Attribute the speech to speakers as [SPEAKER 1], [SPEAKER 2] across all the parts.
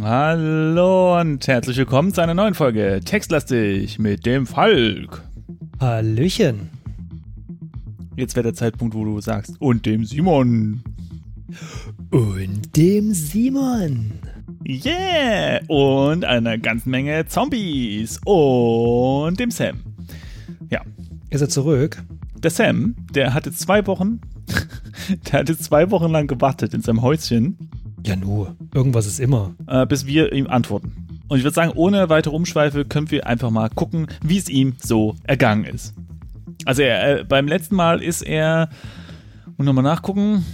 [SPEAKER 1] Hallo und herzlich willkommen zu einer neuen Folge Textlastig mit dem Falk.
[SPEAKER 2] Hallöchen.
[SPEAKER 1] Jetzt wäre der Zeitpunkt, wo du sagst, und dem Simon.
[SPEAKER 2] Und dem Simon.
[SPEAKER 1] Yeah! Und einer ganzen Menge Zombies. Und dem Sam. Ja,
[SPEAKER 2] Ist er zurück?
[SPEAKER 1] der Sam, der hatte zwei Wochen, der hatte zwei Wochen lang gewartet in seinem Häuschen,
[SPEAKER 2] Ja, nur. Irgendwas ist immer.
[SPEAKER 1] äh, bis wir ihm antworten. Und ich würde sagen, ohne weitere Umschweife können wir einfach mal gucken, wie es ihm so ergangen ist. Also er, äh, beim letzten Mal ist er, und nochmal nachgucken.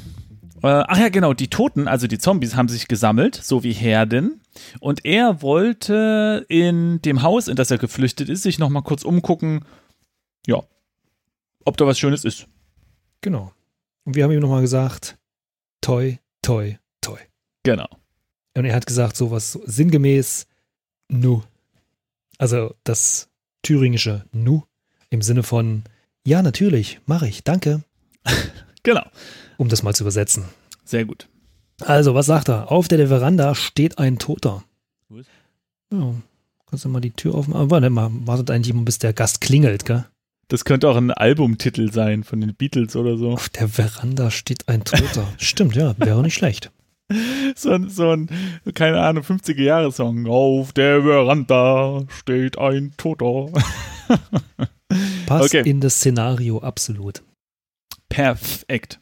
[SPEAKER 1] Äh, ach ja, genau, die Toten, also die Zombies, haben sich gesammelt, so wie Herden. Und er wollte in dem Haus, in das er geflüchtet ist, sich nochmal kurz umgucken, ja, ob da was Schönes ist.
[SPEAKER 2] Genau. Und wir haben ihm nochmal gesagt, toi, toi, toi.
[SPEAKER 1] Genau.
[SPEAKER 2] Und er hat gesagt, sowas so sinngemäß, nu. Also das thüringische nu im Sinne von, ja, natürlich, mache ich, danke,
[SPEAKER 1] Genau.
[SPEAKER 2] um das mal zu übersetzen.
[SPEAKER 1] Sehr gut.
[SPEAKER 2] Also, was sagt er? Auf der Veranda steht ein Toter.
[SPEAKER 1] Wo ist-
[SPEAKER 2] Ja, kannst du mal die Tür aufmachen? Aber warte mal, wartet eigentlich immer, bis der Gast klingelt, gell?
[SPEAKER 1] Das könnte auch ein Albumtitel sein von den Beatles oder so.
[SPEAKER 2] Auf der Veranda steht ein Toter. Stimmt, ja, wäre nicht schlecht.
[SPEAKER 1] So, ein- so ein, keine Ahnung, 50er-Jahre-Song. Auf der Veranda steht ein Toter.
[SPEAKER 2] Passt
[SPEAKER 1] Okay.
[SPEAKER 2] in das Szenario absolut.
[SPEAKER 1] Perfekt.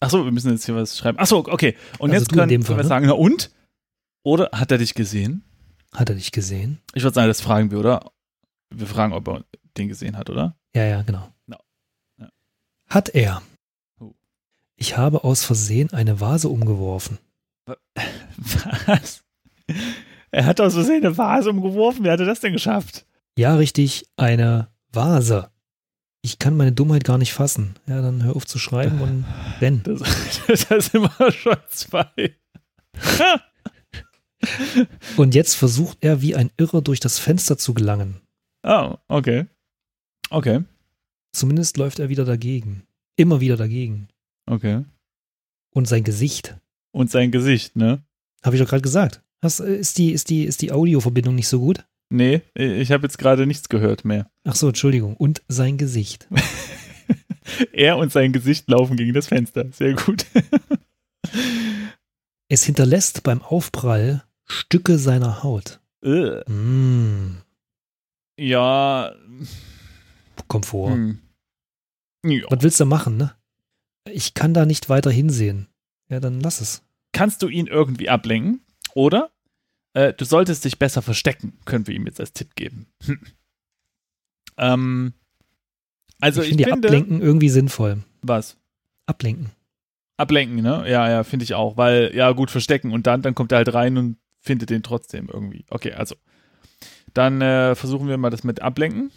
[SPEAKER 1] Achso, wir müssen jetzt hier was schreiben. Achso, okay. Und
[SPEAKER 2] Also
[SPEAKER 1] jetzt
[SPEAKER 2] du in
[SPEAKER 1] können
[SPEAKER 2] dem
[SPEAKER 1] können wir
[SPEAKER 2] Fall, ne?
[SPEAKER 1] sagen, na und? Oder hat er dich gesehen?
[SPEAKER 2] Hat er dich gesehen?
[SPEAKER 1] Ich würde sagen, das fragen wir, oder? Wir fragen, ob er den gesehen hat, oder?
[SPEAKER 2] Ja, ja, genau.
[SPEAKER 1] No. Ja.
[SPEAKER 2] Hat er.
[SPEAKER 1] Oh.
[SPEAKER 2] Ich habe aus Versehen eine Vase umgeworfen.
[SPEAKER 1] Was? Er hat aus Versehen eine Vase umgeworfen. Wer hatte das denn geschafft?
[SPEAKER 2] Ja, richtig, eine Vase. Ich kann meine Dummheit gar nicht fassen. Ja, dann hör auf zu schreiben und renn.
[SPEAKER 1] Das, das sind wir schon zwei.
[SPEAKER 2] Und jetzt versucht er wie ein Irrer durch das Fenster zu gelangen.
[SPEAKER 1] Oh, okay. Okay,
[SPEAKER 2] Zumindest läuft er wieder dagegen. Immer wieder dagegen.
[SPEAKER 1] okay.
[SPEAKER 2] Und sein Gesicht.
[SPEAKER 1] Und sein Gesicht, ne?
[SPEAKER 2] Habe ich doch gerade gesagt. Hast, äh, ist die, ist die, ist die Audioverbindung nicht so gut?
[SPEAKER 1] Nee, ich habe jetzt gerade nichts gehört mehr.
[SPEAKER 2] Ach so, Entschuldigung. Und sein Gesicht.
[SPEAKER 1] Er und sein Gesicht laufen gegen das Fenster. Sehr gut.
[SPEAKER 2] Es hinterlässt beim Aufprall Stücke seiner Haut.
[SPEAKER 1] Äh,
[SPEAKER 2] Mm,
[SPEAKER 1] ja.
[SPEAKER 2] Komfort.
[SPEAKER 1] Hm. ja.
[SPEAKER 2] Was willst du machen, ne? Ich kann da nicht weiter hinsehen. Ja, dann lass es.
[SPEAKER 1] Kannst du ihn irgendwie ablenken? Oder? Äh, du solltest dich besser verstecken, können wir ihm jetzt als Tipp geben. Hm. Ähm, also ich,
[SPEAKER 2] finde ja
[SPEAKER 1] finde.
[SPEAKER 2] Ablenken irgendwie sinnvoll.
[SPEAKER 1] Was?
[SPEAKER 2] Ablenken.
[SPEAKER 1] Ablenken, ne? Ja, ja, finde ich auch, weil ja gut verstecken und dann dann kommt er halt rein und findet den trotzdem irgendwie. Okay, also dann äh, versuchen wir mal das mit ablenken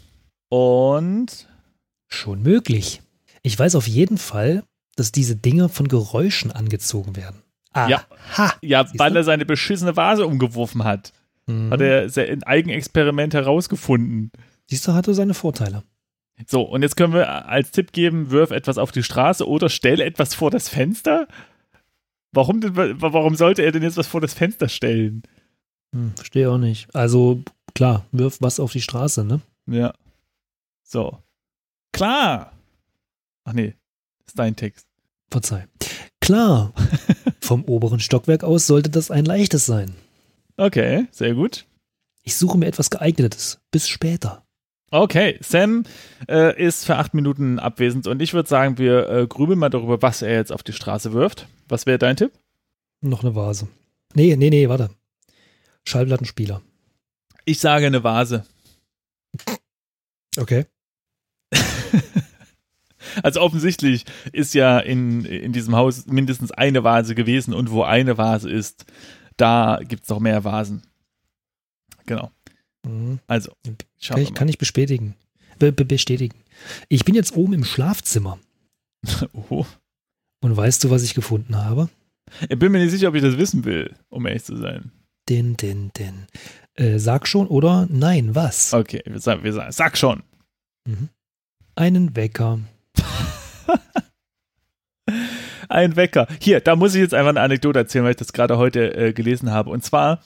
[SPEAKER 1] und
[SPEAKER 2] Schon möglich. Ich weiß auf jeden Fall, dass diese Dinger von Geräuschen angezogen werden. Aha.
[SPEAKER 1] Ja. ja,
[SPEAKER 2] Siehst
[SPEAKER 1] weil
[SPEAKER 2] du?
[SPEAKER 1] er seine beschissene Vase umgeworfen hat,
[SPEAKER 2] Mhm.
[SPEAKER 1] hat er se- ein Eigenexperiment herausgefunden.
[SPEAKER 2] Siehst du, hatte seine Vorteile.
[SPEAKER 1] So und jetzt können wir als Tipp geben: Wirf etwas auf die Straße oder stell etwas vor das Fenster. Warum denn, wa- warum sollte er denn jetzt was vor das Fenster stellen?
[SPEAKER 2] Hm, verstehe auch nicht. Also, klar, wirf was auf die Straße, ne?
[SPEAKER 1] Ja. So. Klar. Ach nee, ist dein Text.
[SPEAKER 2] Verzeih. Klar, vom oberen Stockwerk aus sollte das ein leichtes sein.
[SPEAKER 1] Okay, sehr gut.
[SPEAKER 2] Ich suche mir etwas geeignetes. Bis später.
[SPEAKER 1] Okay, Sam äh, ist für acht Minuten abwesend und ich würde sagen, wir äh, grübeln mal darüber, was er jetzt auf die Straße wirft. Was wäre dein Tipp?
[SPEAKER 2] Noch eine Vase. Nee, nee, nee, warte. Schallplattenspieler.
[SPEAKER 1] Ich sage eine Vase.
[SPEAKER 2] Okay.
[SPEAKER 1] Also offensichtlich ist ja in, in diesem Haus mindestens eine Vase gewesen und wo eine Vase ist, da gibt es noch mehr Vasen. Genau.
[SPEAKER 2] Mhm.
[SPEAKER 1] Also, schauen
[SPEAKER 2] Kann,
[SPEAKER 1] wir
[SPEAKER 2] ich,
[SPEAKER 1] mal.
[SPEAKER 2] kann ich bestätigen. Be be bestätigen. Ich bin jetzt oben im Schlafzimmer.
[SPEAKER 1] Oh.
[SPEAKER 2] Und weißt du, was ich gefunden habe?
[SPEAKER 1] Ich bin mir nicht sicher, ob ich das wissen will, um ehrlich zu sein.
[SPEAKER 2] Din, din, din. Äh, sag schon oder nein, was?
[SPEAKER 1] Okay, wir sagen, wir sagen, sag schon.
[SPEAKER 2] Mhm. Einen Wecker.
[SPEAKER 1] Ein Wecker. Hier, da muss ich jetzt einfach eine Anekdote erzählen, weil ich das gerade heute äh, gelesen habe. Und zwar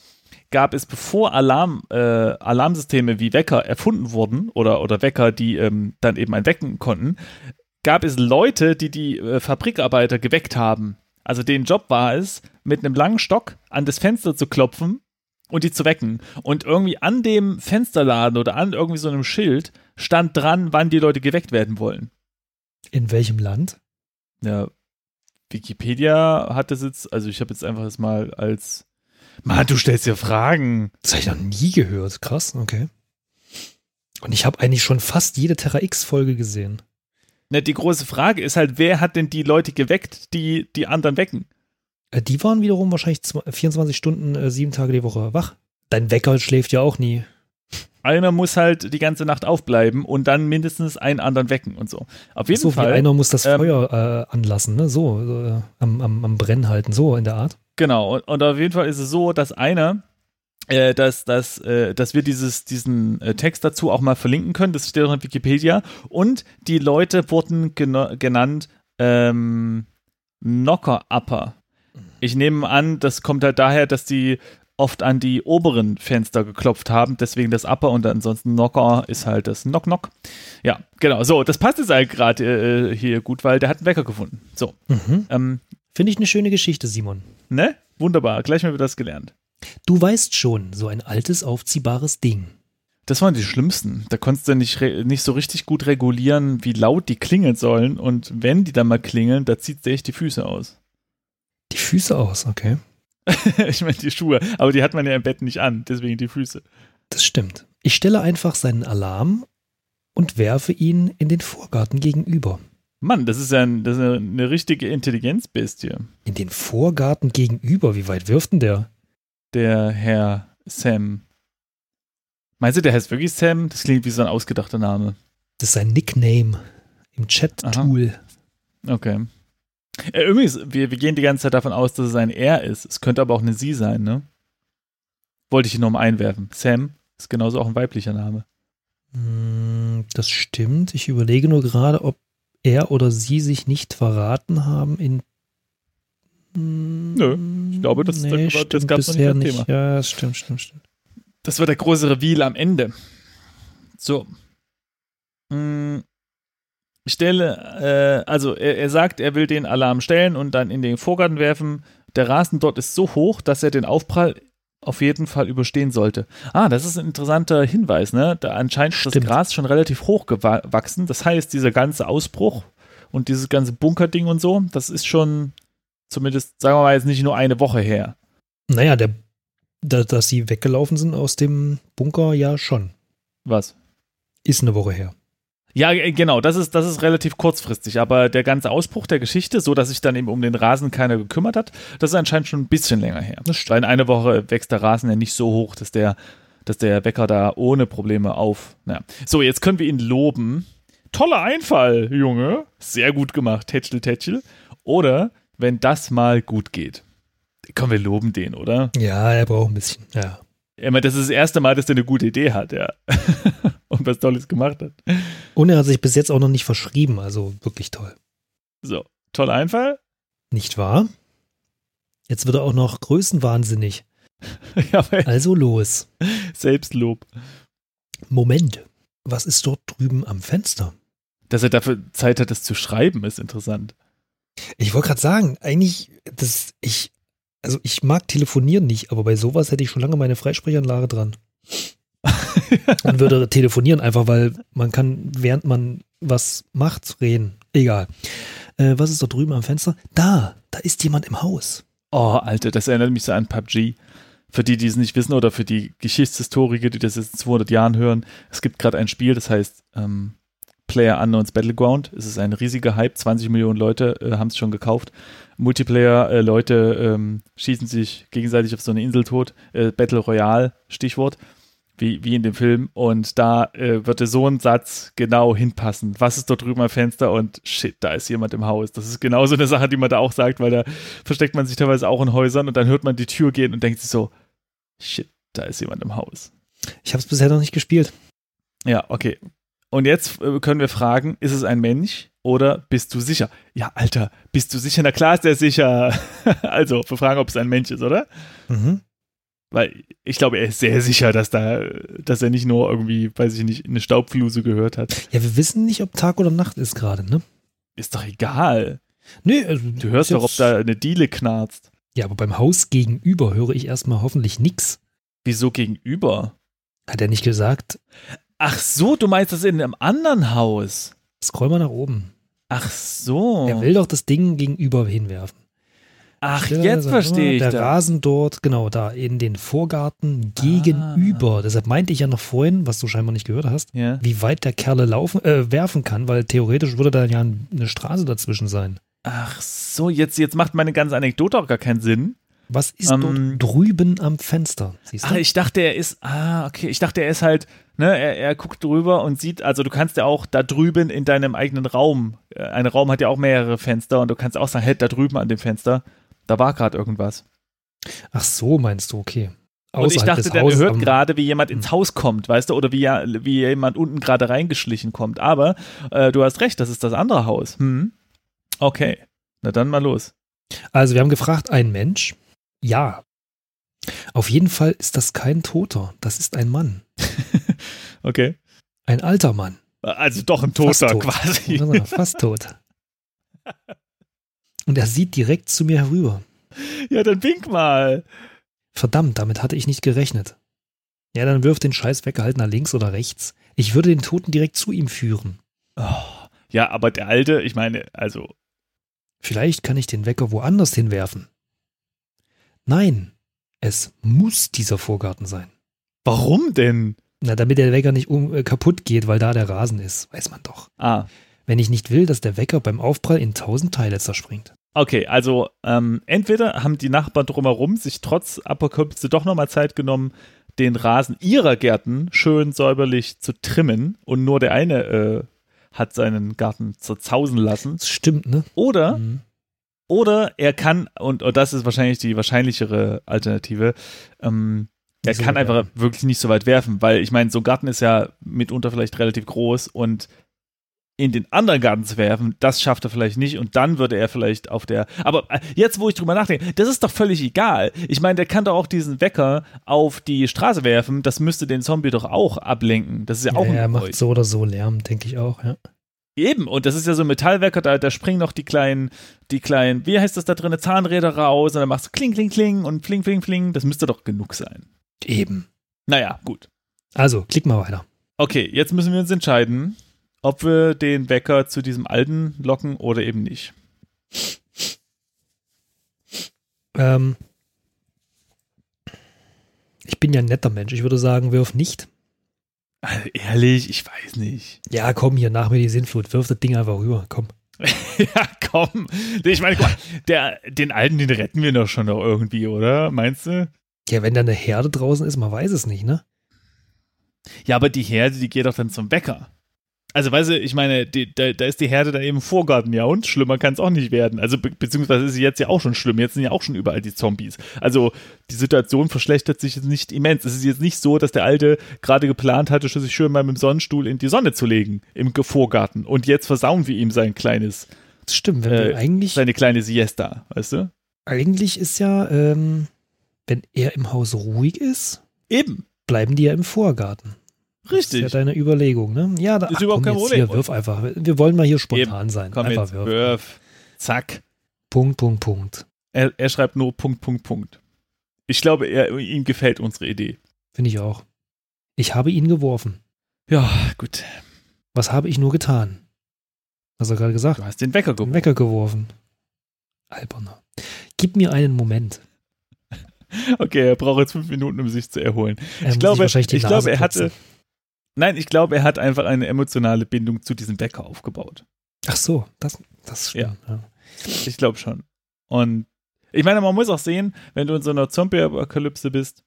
[SPEAKER 1] gab es, bevor Alarm, äh, Alarmsysteme wie Wecker erfunden wurden oder, oder Wecker, die ähm, dann eben ein Wecken konnten, gab es Leute, die die äh, Fabrikarbeiter geweckt haben. Also deren Job war es, mit einem langen Stock an das Fenster zu klopfen und die zu wecken. Und irgendwie an dem Fensterladen oder an irgendwie so einem Schild stand dran, wann die Leute geweckt werden wollen.
[SPEAKER 2] In welchem Land?
[SPEAKER 1] Ja, Wikipedia hat das jetzt, also ich habe jetzt einfach das mal als. Mann, du stellst ja Fragen.
[SPEAKER 2] Das habe ich noch nie gehört. Krass, okay. Und ich habe eigentlich schon fast jede Terra X-Folge gesehen.
[SPEAKER 1] Na, die große Frage ist halt, wer hat denn die Leute geweckt, die die anderen wecken?
[SPEAKER 2] Äh, Die waren wiederum wahrscheinlich zw- 24 Stunden, äh, sieben Tage die Woche wach. Dein Wecker schläft ja auch nie.
[SPEAKER 1] Einer muss halt die ganze Nacht aufbleiben und dann mindestens einen anderen wecken und so. Auf jeden
[SPEAKER 2] So wie
[SPEAKER 1] Fall.
[SPEAKER 2] einer muss das
[SPEAKER 1] ähm,
[SPEAKER 2] Feuer äh, anlassen, ne? So, äh, am, am, am Brennen halten, so in der Art.
[SPEAKER 1] Genau, und, und auf jeden Fall ist es so, dass einer, äh, dass, dass, äh, dass wir dieses, diesen äh, Text dazu auch mal verlinken können, das steht auch in Wikipedia, und die Leute wurden geno- genannt ähm, Knocker-Upper. Ich nehme an, das kommt halt daher, dass die oft an die oberen Fenster geklopft haben, deswegen das Upper und ansonsten Knocker ist halt das Knock-Knock. Ja, genau, so, das passt jetzt halt gerade äh, hier gut, weil der hat einen Wecker gefunden. So,
[SPEAKER 2] Mhm.
[SPEAKER 1] ähm,
[SPEAKER 2] Finde ich eine schöne Geschichte, Simon.
[SPEAKER 1] ne? Wunderbar, gleich mal wieder das gelernt.
[SPEAKER 2] Du weißt schon, so ein altes, aufziehbares Ding.
[SPEAKER 1] Das waren die schlimmsten. Da konntest du nicht, re- nicht so richtig gut regulieren, wie laut die klingeln sollen. Und wenn die dann mal klingeln, da zieht der echt die Füße aus.
[SPEAKER 2] Die Füße aus, okay.
[SPEAKER 1] ich meine, die Schuhe. Aber die hat man ja im Bett nicht an. Deswegen die Füße.
[SPEAKER 2] Das stimmt. Ich stelle einfach seinen Alarm und werfe ihn in den Vorgarten gegenüber.
[SPEAKER 1] Mann, das ist ja ein, das ist eine, eine richtige Intelligenzbestie.
[SPEAKER 2] In den Vorgarten gegenüber? Wie weit wirft denn der?
[SPEAKER 1] Der Herr Sam. Meinst du, der heißt wirklich Sam? Das klingt wie so ein ausgedachter Name.
[SPEAKER 2] Das ist sein Nickname im Chat-Tool.
[SPEAKER 1] Okay. Äh, übrigens, wir, wir gehen die ganze Zeit davon aus, dass es ein Er ist. Es könnte aber auch eine Sie sein, ne? Wollte ich hier nur mal einwerfen. Sam ist genauso auch ein weiblicher Name.
[SPEAKER 2] Hm, Das stimmt. Ich überlege nur gerade, ob er oder sie sich nicht verraten haben in. Nö,
[SPEAKER 1] ich glaube, das- das- das gab's noch nicht
[SPEAKER 2] bisher
[SPEAKER 1] als
[SPEAKER 2] nicht. Ja, stimmt, stimmt, stimmt.
[SPEAKER 1] Das war der große Reveal am Ende. So. Mm. Ich stelle, äh, also er, er sagt, er will den Alarm stellen und dann in den Vorgarten werfen. Der Rasen dort ist so hoch, dass er den Aufprall auf jeden Fall überstehen sollte. Ah, das ist ein interessanter Hinweis, ne? Da anscheinend ist das
[SPEAKER 2] Stimmt.
[SPEAKER 1] Gras schon relativ hoch gewachsen. Das heißt, dieser ganze Ausbruch und dieses ganze Bunkerding und so, das ist schon zumindest, sagen wir mal, jetzt nicht nur eine Woche her.
[SPEAKER 2] Naja, der, da, dass sie weggelaufen sind aus dem Bunker, ja schon.
[SPEAKER 1] Was?
[SPEAKER 2] Ist eine Woche her.
[SPEAKER 1] Ja, äh, genau, das ist, das ist relativ kurzfristig, aber der ganze Ausbruch der Geschichte, so dass sich dann eben um den Rasen keiner gekümmert hat, das ist anscheinend schon ein bisschen länger her.
[SPEAKER 2] Das stimmt.
[SPEAKER 1] Weil in einer Woche wächst der Rasen ja nicht so hoch, dass der, dass der Wecker da ohne Probleme auf. Naja. So, jetzt können wir ihn loben. Toller Einfall, Junge. Sehr gut gemacht, Tätschel, Tätschel. Oder wenn das mal gut geht. Können wir loben den, oder?
[SPEAKER 2] Ja, er braucht ein bisschen. Ja.
[SPEAKER 1] Ich meine, das ist das erste Mal, dass der eine gute Idee hat, ja. Und was Tolles gemacht hat.
[SPEAKER 2] Und er hat sich bis jetzt auch noch nicht verschrieben, also wirklich toll.
[SPEAKER 1] So, toller Einfall.
[SPEAKER 2] Nicht wahr? Jetzt wird er auch noch größenwahnsinnig.
[SPEAKER 1] Ja, aber
[SPEAKER 2] Also los.
[SPEAKER 1] Selbstlob.
[SPEAKER 2] Moment. Was ist dort drüben am Fenster?
[SPEAKER 1] Dass er dafür Zeit hat, das zu schreiben, ist interessant.
[SPEAKER 2] Ich wollte gerade sagen, eigentlich, das, ich, also ich mag telefonieren nicht, aber bei sowas hätte ich schon lange meine Freisprechanlage dran. Und würde telefonieren einfach, weil man kann, während man was macht, reden. Egal. Äh, was ist da drüben am Fenster? Da, da ist jemand im Haus.
[SPEAKER 1] Oh, Alter, das erinnert mich so an PUBG. Für die, die es nicht wissen oder für die Geschichtshistoriker, die das jetzt in 200 Jahren hören, es gibt gerade ein Spiel, das heißt ähm, Player Unknowns Battleground. Es ist ein riesiger Hype, 20 Millionen Leute äh, haben es schon gekauft. Multiplayer-Leute ähm, schießen sich gegenseitig auf so eine Insel tot. Äh, Battle Royale, Äh, Stichwort. wie, wie in dem Film. Und da äh, würde so ein Satz genau hinpassen. Was ist dort drüben am Fenster? Und shit, da ist jemand im Haus. Das ist genau so eine Sache, die man da auch sagt, weil da versteckt man sich teilweise auch in Häusern und dann hört man die Tür gehen und denkt sich so, shit, da ist jemand im Haus.
[SPEAKER 2] Ich habe es bisher noch nicht gespielt.
[SPEAKER 1] Ja, okay. Und jetzt äh, können wir fragen, ist es ein Mensch oder bist du sicher? Ja, Alter, bist du sicher? Na klar ist er sicher. also, wir fragen, ob es ein Mensch ist, oder?
[SPEAKER 2] Mhm.
[SPEAKER 1] Weil ich glaube, er ist sehr sicher, dass da, dass er nicht nur irgendwie, weiß ich nicht, eine Staubfluse gehört hat.
[SPEAKER 2] Ja, wir wissen nicht, ob Tag oder Nacht ist gerade, ne?
[SPEAKER 1] Ist doch egal.
[SPEAKER 2] Nee, also,
[SPEAKER 1] Du hörst doch, ob
[SPEAKER 2] jetzt-
[SPEAKER 1] da eine Diele knarzt.
[SPEAKER 2] Ja, aber beim Haus gegenüber höre ich erstmal hoffentlich nichts.
[SPEAKER 1] Wieso gegenüber?
[SPEAKER 2] Hat er nicht gesagt?
[SPEAKER 1] Ach so, du meinst das in einem anderen Haus.
[SPEAKER 2] Scroll mal nach oben.
[SPEAKER 1] Ach so.
[SPEAKER 2] Er will doch das Ding gegenüber hinwerfen.
[SPEAKER 1] Oh. Ach,
[SPEAKER 2] Ja,
[SPEAKER 1] jetzt
[SPEAKER 2] also,
[SPEAKER 1] verstehe ich
[SPEAKER 2] Der
[SPEAKER 1] das.
[SPEAKER 2] Rasen dort, genau, da in den Vorgarten
[SPEAKER 1] Ah.
[SPEAKER 2] gegenüber. Deshalb meinte ich ja noch vorhin, was du scheinbar nicht gehört hast,
[SPEAKER 1] Ja.
[SPEAKER 2] wie weit der Kerle laufen, äh, werfen kann, weil theoretisch würde da ja ein- eine Straße dazwischen sein.
[SPEAKER 1] Ach so, jetzt, jetzt macht meine ganze Anekdote auch gar keinen Sinn.
[SPEAKER 2] Was ist
[SPEAKER 1] Ähm,
[SPEAKER 2] dort drüben am Fenster? Siehst du?
[SPEAKER 1] Ach, ich dachte, er ist, ah, okay, ich dachte, er ist halt, ne, er, er guckt drüber und sieht, also du kannst ja auch da drüben in deinem eigenen Raum, äh, ein Raum hat ja auch mehrere Fenster und du kannst auch sagen, hey, da drüben an dem Fenster, da war gerade irgendwas.
[SPEAKER 2] Ach so, meinst du, okay.
[SPEAKER 1] Und ich dachte, der
[SPEAKER 2] Hauses
[SPEAKER 1] hört
[SPEAKER 2] am- Hm.
[SPEAKER 1] gerade, wie jemand ins Haus kommt, weißt du, oder wie, ja- wie jemand unten gerade reingeschlichen kommt. Aber äh, du hast recht, das ist das andere Haus. Hm. Okay, na dann mal los.
[SPEAKER 2] Also, wir haben gefragt, ein Mensch? Ja. Auf jeden Fall ist das kein Toter. Das ist ein Mann.
[SPEAKER 1] Okay.
[SPEAKER 2] Ein alter Mann.
[SPEAKER 1] Also doch ein
[SPEAKER 2] Fast
[SPEAKER 1] Toter
[SPEAKER 2] tot.
[SPEAKER 1] quasi.
[SPEAKER 2] Ja, Fast tot. Und er sieht direkt zu mir herüber.
[SPEAKER 1] Ja, dann wink mal.
[SPEAKER 2] Verdammt, damit hatte ich nicht gerechnet. Ja, dann wirf den Scheiß weg, halt nach links oder rechts. Ich würde den Toten direkt zu ihm führen.
[SPEAKER 1] Oh. Ja, aber der Alte, ich meine, also
[SPEAKER 2] Vielleicht kann ich den Wecker woanders hinwerfen. Nein, es muss dieser Vorgarten sein.
[SPEAKER 1] Warum denn?
[SPEAKER 2] Na, damit der Wecker nicht um, äh, kaputt geht, weil da der Rasen ist, weiß man doch.
[SPEAKER 1] Ah,
[SPEAKER 2] Wenn ich nicht will, dass der Wecker beim Aufprall in tausend Teile zerspringt.
[SPEAKER 1] okay, also ähm, entweder haben die Nachbarn drumherum sich trotz Apokalypse doch nochmal Zeit genommen, den Rasen ihrer Gärten schön säuberlich zu trimmen und nur der eine äh, hat seinen Garten zerzausen lassen.
[SPEAKER 2] Das stimmt, ne?
[SPEAKER 1] Oder,
[SPEAKER 2] Mhm.
[SPEAKER 1] oder er kann, und, und das ist wahrscheinlich die wahrscheinlichere Alternative, ähm, er
[SPEAKER 2] Nicht so
[SPEAKER 1] kann
[SPEAKER 2] weit
[SPEAKER 1] einfach wirklich nicht so weit werfen, weil ich meine, so ein Garten ist ja mitunter vielleicht relativ groß und in den anderen Garten zu werfen, das schafft er vielleicht nicht und dann würde er vielleicht auf der. Aber äh, jetzt, wo ich drüber nachdenke, das ist doch völlig egal. Ich meine, der kann doch auch diesen Wecker auf die Straße werfen, das müsste den Zombie doch auch ablenken. Das ist ja auch
[SPEAKER 2] ja, er
[SPEAKER 1] ein
[SPEAKER 2] macht
[SPEAKER 1] Geräusch.
[SPEAKER 2] so oder so Lärm, denke ich auch, ja.
[SPEAKER 1] Eben, und das ist ja so ein Metallwecker, da, da springen noch die kleinen, die kleinen, wie heißt das da drin, Zahnräder raus und dann machst du kling, kling, kling und fling, fling, fling. Das müsste doch genug sein.
[SPEAKER 2] Eben.
[SPEAKER 1] Naja, gut.
[SPEAKER 2] Also, klick mal weiter.
[SPEAKER 1] Okay, jetzt müssen wir uns entscheiden, ob wir den Wecker zu diesem Alten locken oder eben nicht.
[SPEAKER 2] Ähm, ich bin ja ein netter Mensch. Ich würde sagen, wirf nicht.
[SPEAKER 1] Also ehrlich, ich weiß nicht.
[SPEAKER 2] Ja, komm hier, nach mir die Sinnflut. Wirf das Ding einfach rüber. Komm.
[SPEAKER 1] ja, komm. Ich meine, guck mal, der, den Alten, den retten wir doch schon noch irgendwie, oder? Meinst du?
[SPEAKER 2] Ja, wenn da eine Herde draußen ist, man weiß es nicht, ne?
[SPEAKER 1] Ja, aber die Herde, die geht doch dann zum Wecker. Also, weißt du, ich meine, die, da, da ist die Herde dann eben im Vorgarten, ja, und schlimmer kann es auch nicht werden. Also, be beziehungsweise ist sie jetzt ja auch schon schlimm. Jetzt sind ja auch schon überall die Zombies. Also, die Situation verschlechtert sich jetzt nicht immens. Es ist jetzt nicht so, dass der Alte gerade geplant hatte, sich schön mal mit dem Sonnenstuhl in die Sonne zu legen im Ge- Vorgarten. Und jetzt versauen wir ihm sein kleines,
[SPEAKER 2] Das stimmt, wenn
[SPEAKER 1] Äh,
[SPEAKER 2] wir eigentlich,
[SPEAKER 1] seine kleine Siesta, weißt du?
[SPEAKER 2] eigentlich ist ja, ähm, wenn er im Haus ruhig ist,
[SPEAKER 1] Eben,
[SPEAKER 2] bleiben die ja im Vorgarten.
[SPEAKER 1] richtig.
[SPEAKER 2] Das ist ja deine Überlegung, ne? Ja, da
[SPEAKER 1] Ist
[SPEAKER 2] ach,
[SPEAKER 1] überhaupt
[SPEAKER 2] komm,
[SPEAKER 1] kein
[SPEAKER 2] jetzt
[SPEAKER 1] Problem.
[SPEAKER 2] Hier, wirf einfach. Wir wollen mal hier spontan sein.
[SPEAKER 1] Komm
[SPEAKER 2] einfach ne?
[SPEAKER 1] jetzt,
[SPEAKER 2] wirf.
[SPEAKER 1] wirf. Zack.
[SPEAKER 2] Punkt, Punkt, Punkt.
[SPEAKER 1] Er, er schreibt nur Punkt, Punkt, Punkt. Ich glaube, er, ihm gefällt unsere Idee.
[SPEAKER 2] Finde ich auch. Ich habe ihn geworfen.
[SPEAKER 1] Ja, gut.
[SPEAKER 2] Was habe ich nur getan? Hast du gerade gesagt?
[SPEAKER 1] Du hast den Wecker
[SPEAKER 2] Den
[SPEAKER 1] gerufen.
[SPEAKER 2] Wecker geworfen. Alberner. Gib mir einen Moment.
[SPEAKER 1] Okay, er braucht jetzt fünf Minuten, um sich zu erholen.
[SPEAKER 2] Er muss
[SPEAKER 1] ich
[SPEAKER 2] sich
[SPEAKER 1] glaube,
[SPEAKER 2] wahrscheinlich die
[SPEAKER 1] ich
[SPEAKER 2] Nase
[SPEAKER 1] glaube er hatte.
[SPEAKER 2] putzen.
[SPEAKER 1] Nein, ich glaube, er hat einfach eine emotionale Bindung zu diesem Wecker aufgebaut.
[SPEAKER 2] Ach so, das, das stimmt. Ja.
[SPEAKER 1] Ich glaube schon. Und ich meine, man muss auch sehen, wenn du in so einer Zombie-Apokalypse bist,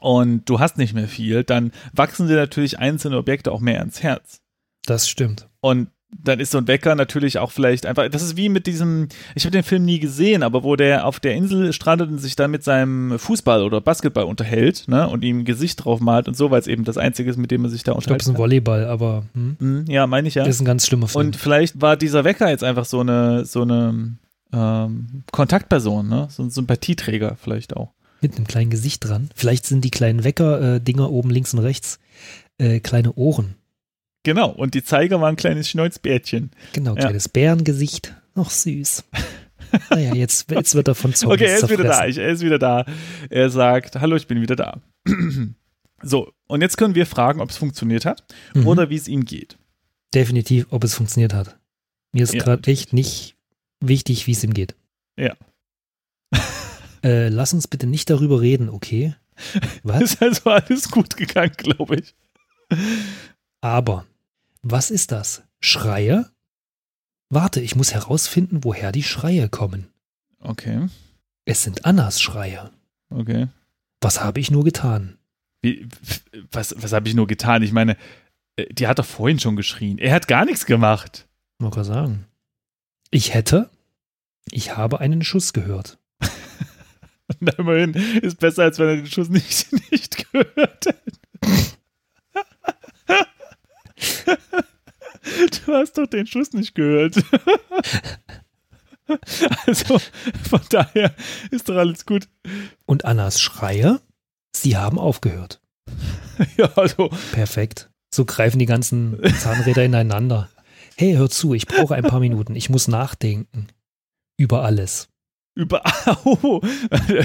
[SPEAKER 1] und du hast nicht mehr viel, dann wachsen dir natürlich einzelne Objekte auch mehr ans Herz.
[SPEAKER 2] Das stimmt.
[SPEAKER 1] Und dann ist so ein Wecker natürlich auch vielleicht einfach. Das ist wie mit diesem. Ich habe den Film nie gesehen, aber wo der auf der Insel strandet und sich dann mit seinem Fußball oder Basketball unterhält, ne, und ihm ein Gesicht drauf malt und so, weil es eben das Einzige ist, mit dem man sich da
[SPEAKER 2] Ich glaube,
[SPEAKER 1] unterhält.
[SPEAKER 2] es ist ein Volleyball, aber hm,
[SPEAKER 1] Hm, ja, meine ich ja.
[SPEAKER 2] das ist ein ganz schlimmer Film.
[SPEAKER 1] Und vielleicht war dieser Wecker jetzt einfach so eine so eine ähm, Kontaktperson, ne, so ein Sympathieträger vielleicht auch.
[SPEAKER 2] mit einem kleinen Gesicht dran. Vielleicht sind die kleinen Wecker-Dinger oben links und rechts äh, kleine Ohren.
[SPEAKER 1] Genau. Und die Zeiger war ein kleines Schnäuzbärtchen.
[SPEAKER 2] Genau,
[SPEAKER 1] Ja.
[SPEAKER 2] kleines Bärengesicht. Noch süß. Naja, jetzt, jetzt wird er von Zombies
[SPEAKER 1] okay, er ist wieder da.
[SPEAKER 2] zerfressen.
[SPEAKER 1] Ich, er ist wieder da. Er sagt, hallo, ich bin wieder da. so, und jetzt können wir fragen, ob es funktioniert hat
[SPEAKER 2] Mhm.
[SPEAKER 1] oder wie es ihm geht.
[SPEAKER 2] Definitiv, ob es funktioniert hat. Mir ist
[SPEAKER 1] Ja.
[SPEAKER 2] gerade echt nicht wichtig, wie es ihm geht.
[SPEAKER 1] Ja.
[SPEAKER 2] Äh, lass uns bitte nicht darüber reden, okay? Was?
[SPEAKER 1] Ist also alles gut gegangen, glaube ich.
[SPEAKER 2] Aber was ist das? Schreie? Warte, ich muss herausfinden, woher die Schreie kommen.
[SPEAKER 1] Okay,
[SPEAKER 2] Es sind Annas Schreie.
[SPEAKER 1] okay.
[SPEAKER 2] Was habe ich nur getan?
[SPEAKER 1] Wie, was was habe ich nur getan? Ich meine, äh, die hat doch vorhin schon geschrien. Er hat gar nichts gemacht.
[SPEAKER 2] Mal kurz sagen. Ich hätte, ich habe einen Schuss gehört.
[SPEAKER 1] Na, immerhin ist besser, als wenn er den Schuss nicht, nicht gehört hätte. Du hast doch den Schuss nicht gehört. Also, von daher ist doch alles gut.
[SPEAKER 2] Und Annas Schreie? Sie haben aufgehört.
[SPEAKER 1] Ja, also,
[SPEAKER 2] Perfekt. So greifen die ganzen Zahnräder ineinander. Hey, hör zu, ich brauche ein paar Minuten. Ich muss nachdenken. Über alles.
[SPEAKER 1] überall, oh,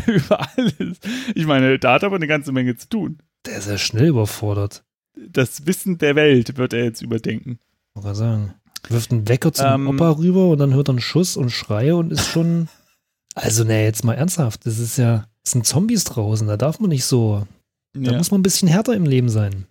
[SPEAKER 1] über alles. Ich meine, da hat aber eine ganze Menge zu tun.
[SPEAKER 2] Der ist ja schnell überfordert.
[SPEAKER 1] Das Wissen der Welt wird er jetzt überdenken.
[SPEAKER 2] Muss man sagen. Wirft einen Wecker zum
[SPEAKER 1] Ähm.
[SPEAKER 2] Opa rüber und dann hört er einen Schuss und Schreie und ist schon. Also, ne, jetzt mal ernsthaft. Das ist ja. Es sind Zombies draußen. Da darf man nicht so. Da
[SPEAKER 1] Ja.
[SPEAKER 2] muss man ein bisschen härter im Leben sein.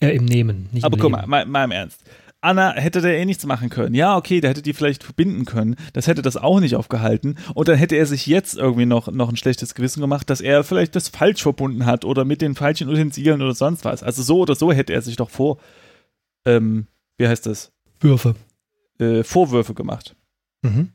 [SPEAKER 2] Äh, im Nehmen, nicht
[SPEAKER 1] Aber
[SPEAKER 2] im
[SPEAKER 1] guck mal,
[SPEAKER 2] Leben.
[SPEAKER 1] mal, mal im Ernst. Anna hätte da eh nichts machen können. Ja, okay, der hätte die vielleicht verbinden können. Das hätte das auch nicht aufgehalten. Und dann hätte er sich jetzt irgendwie noch, noch ein schlechtes Gewissen gemacht, dass er vielleicht das falsch verbunden hat oder mit den falschen Utensilien oder sonst was. Also so oder so hätte er sich doch vor, ähm, wie heißt das,
[SPEAKER 2] Würfe.
[SPEAKER 1] äh, Vorwürfe gemacht.
[SPEAKER 2] Mhm.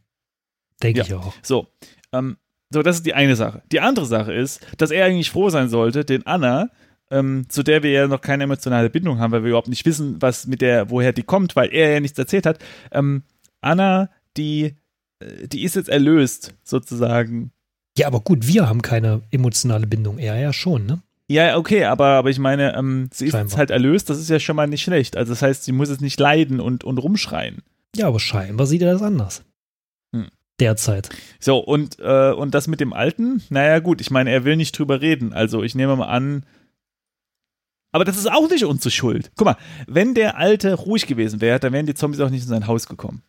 [SPEAKER 2] Denke
[SPEAKER 1] Ja.
[SPEAKER 2] ich auch.
[SPEAKER 1] So, ähm, so, das ist die eine Sache. Die andere Sache ist, dass er eigentlich froh sein sollte, den Anna, ähm, zu der wir ja noch keine emotionale Bindung haben, weil wir überhaupt nicht wissen, was mit der, woher die kommt, weil er ja nichts erzählt hat. Ähm, Anna, die, äh, die ist jetzt erlöst, sozusagen.
[SPEAKER 2] Ja, aber gut, wir haben keine emotionale Bindung. Er ja schon, ne?
[SPEAKER 1] Ja, ja, okay, aber, aber ich meine, ähm, sie ist
[SPEAKER 2] Scheinbar.
[SPEAKER 1] jetzt halt erlöst, das ist ja schon mal nicht schlecht. Also das heißt, sie muss jetzt nicht leiden und, und rumschreien.
[SPEAKER 2] Ja, aber scheinbar sieht er das anders.
[SPEAKER 1] Hm.
[SPEAKER 2] Derzeit.
[SPEAKER 1] So, und, äh, und das mit dem Alten? Naja, gut, ich meine, er will nicht drüber reden. Also ich nehme mal an. Aber das ist auch nicht unsere Schuld. Guck mal, wenn der Alte ruhig gewesen wäre, dann wären die Zombies auch nicht in sein Haus gekommen.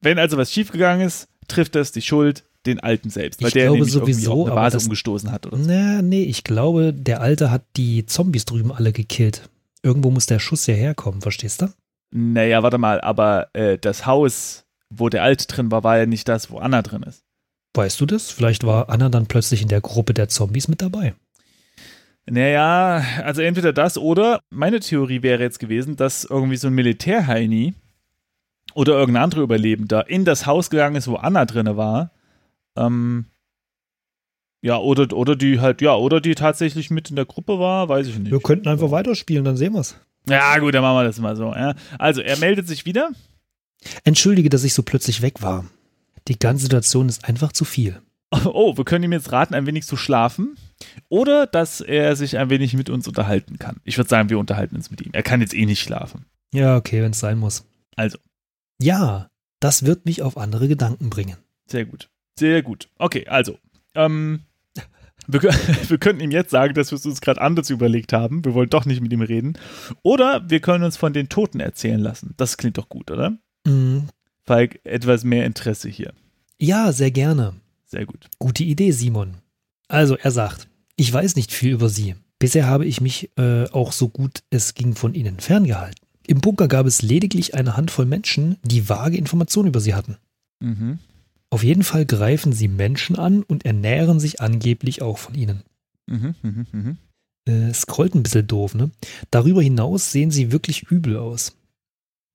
[SPEAKER 1] Wenn also was schiefgegangen ist, trifft das die Schuld den Alten selbst, weil
[SPEAKER 2] Ich
[SPEAKER 1] der
[SPEAKER 2] glaube
[SPEAKER 1] nämlich irgendwie
[SPEAKER 2] sowieso,
[SPEAKER 1] auch eine
[SPEAKER 2] aber
[SPEAKER 1] Vase
[SPEAKER 2] das-
[SPEAKER 1] umgestoßen hat oder so.
[SPEAKER 2] Na, Ne, nee, ich glaube, der Alte hat die Zombies drüben alle gekillt. Irgendwo muss der Schuss ja herkommen, verstehst du?
[SPEAKER 1] Naja, warte mal, aber äh, das Haus, wo der Alte drin war, war ja nicht das, wo Anna drin ist.
[SPEAKER 2] Weißt du das? Vielleicht war Anna dann plötzlich in der Gruppe der Zombies mit dabei.
[SPEAKER 1] Naja, also entweder das oder meine Theorie wäre jetzt gewesen, dass irgendwie so ein Militärheini oder irgendein anderer Überlebender in das Haus gegangen ist, wo Anna drinne war. Ähm, ja, oder, oder die halt, ja, oder die tatsächlich mit in der Gruppe war, weiß ich nicht.
[SPEAKER 2] könnten einfach weiterspielen, dann sehen wir's.
[SPEAKER 1] Ja, gut, dann machen wir das mal so. Ja. Also, er meldet sich wieder.
[SPEAKER 2] Entschuldige, dass ich so plötzlich weg war. Die ganze Situation ist einfach zu viel.
[SPEAKER 1] Oh, wir können ihm jetzt raten, ein wenig zu schlafen. Oder dass er sich ein wenig mit uns unterhalten kann. Ich würde sagen, wir unterhalten uns mit ihm. Er kann jetzt eh nicht schlafen.
[SPEAKER 2] Ja, okay, wenn's sein muss.
[SPEAKER 1] Also.
[SPEAKER 2] Ja, das wird mich auf andere Gedanken bringen.
[SPEAKER 1] Sehr gut. Sehr gut. Okay, also. Ähm, wir, kö- wir könnten ihm jetzt sagen, dass wir es uns gerade anders überlegt haben. Wir wollen doch nicht mit ihm reden. Oder wir können uns von den Toten erzählen lassen. Das klingt doch gut, oder?
[SPEAKER 2] Mhm.
[SPEAKER 1] Falk, etwas mehr Interesse hier.
[SPEAKER 2] Ja, sehr gerne.
[SPEAKER 1] Sehr gut.
[SPEAKER 2] Gute Idee, Simon. Also, er sagt, ich weiß nicht viel über sie. Bisher habe ich mich äh, auch so gut es ging von ihnen ferngehalten. Im Bunker gab es lediglich eine Handvoll Menschen, die vage Informationen über sie hatten.
[SPEAKER 1] Mhm.
[SPEAKER 2] Auf jeden Fall greifen sie Menschen an und ernähren sich angeblich auch von ihnen.
[SPEAKER 1] Mhm, mhm, mhm.
[SPEAKER 2] äh, scrollt ein bisschen doof. Ne? Darüber hinaus sehen sie wirklich übel aus.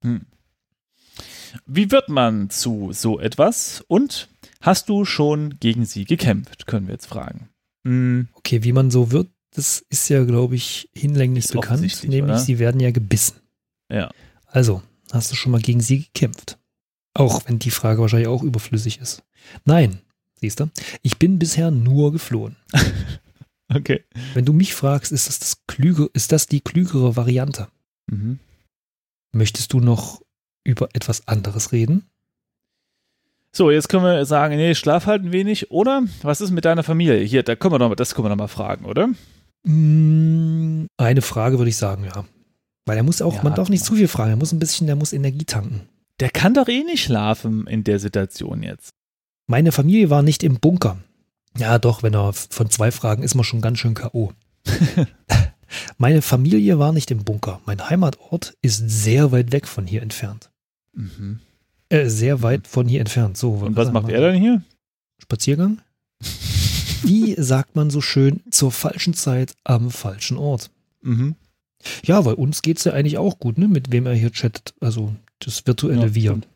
[SPEAKER 1] Hm. Wie wird man zu so etwas? Und hast du schon gegen sie gekämpft, können wir jetzt fragen. Hm.
[SPEAKER 2] Okay, wie man so wird, das ist ja, glaube ich, hinlänglich
[SPEAKER 1] Ist
[SPEAKER 2] bekannt.
[SPEAKER 1] offensichtlich,
[SPEAKER 2] Nämlich,
[SPEAKER 1] oder?
[SPEAKER 2] sie werden ja gebissen.
[SPEAKER 1] Ja.
[SPEAKER 2] Also, hast du schon mal gegen sie gekämpft? Auch wenn die Frage wahrscheinlich auch überflüssig ist. Nein, siehst du, ich bin bisher nur geflohen.
[SPEAKER 1] Okay.
[SPEAKER 2] Wenn du mich fragst, ist das, das klüge, ist das die klügere Variante?
[SPEAKER 1] Mhm.
[SPEAKER 2] Möchtest du noch über etwas anderes reden?
[SPEAKER 1] So, jetzt können wir sagen, nee, schlaf halt ein wenig, oder? Was ist mit deiner Familie? Hier, da können wir doch, das können wir doch mal fragen, oder?
[SPEAKER 2] Mm, Eine Frage würde ich sagen, ja. Weil er muss auch,
[SPEAKER 1] Ja,
[SPEAKER 2] man darf nicht
[SPEAKER 1] genau.
[SPEAKER 2] zu viel fragen, er muss ein bisschen, er muss Energie tanken.
[SPEAKER 1] Der kann doch eh nicht schlafen in der Situation jetzt.
[SPEAKER 2] Meine Familie war nicht im Bunker. Ja, doch, wenn er von zwei Fragen ist man schon ganz schön K.O. Meine Familie war nicht im Bunker. Mein Heimatort ist sehr weit weg von hier entfernt.
[SPEAKER 1] Mhm.
[SPEAKER 2] Äh, sehr weit von hier entfernt. So,
[SPEAKER 1] Und was macht er denn hier?
[SPEAKER 2] Spaziergang? Wie sagt man so schön, zur falschen Zeit am falschen Ort?
[SPEAKER 1] Mhm.
[SPEAKER 2] Ja, weil uns geht's ja eigentlich auch gut, ne? Mit wem er hier chattet. Also das virtuelle
[SPEAKER 1] Ja,
[SPEAKER 2] Wir.
[SPEAKER 1] stimmt.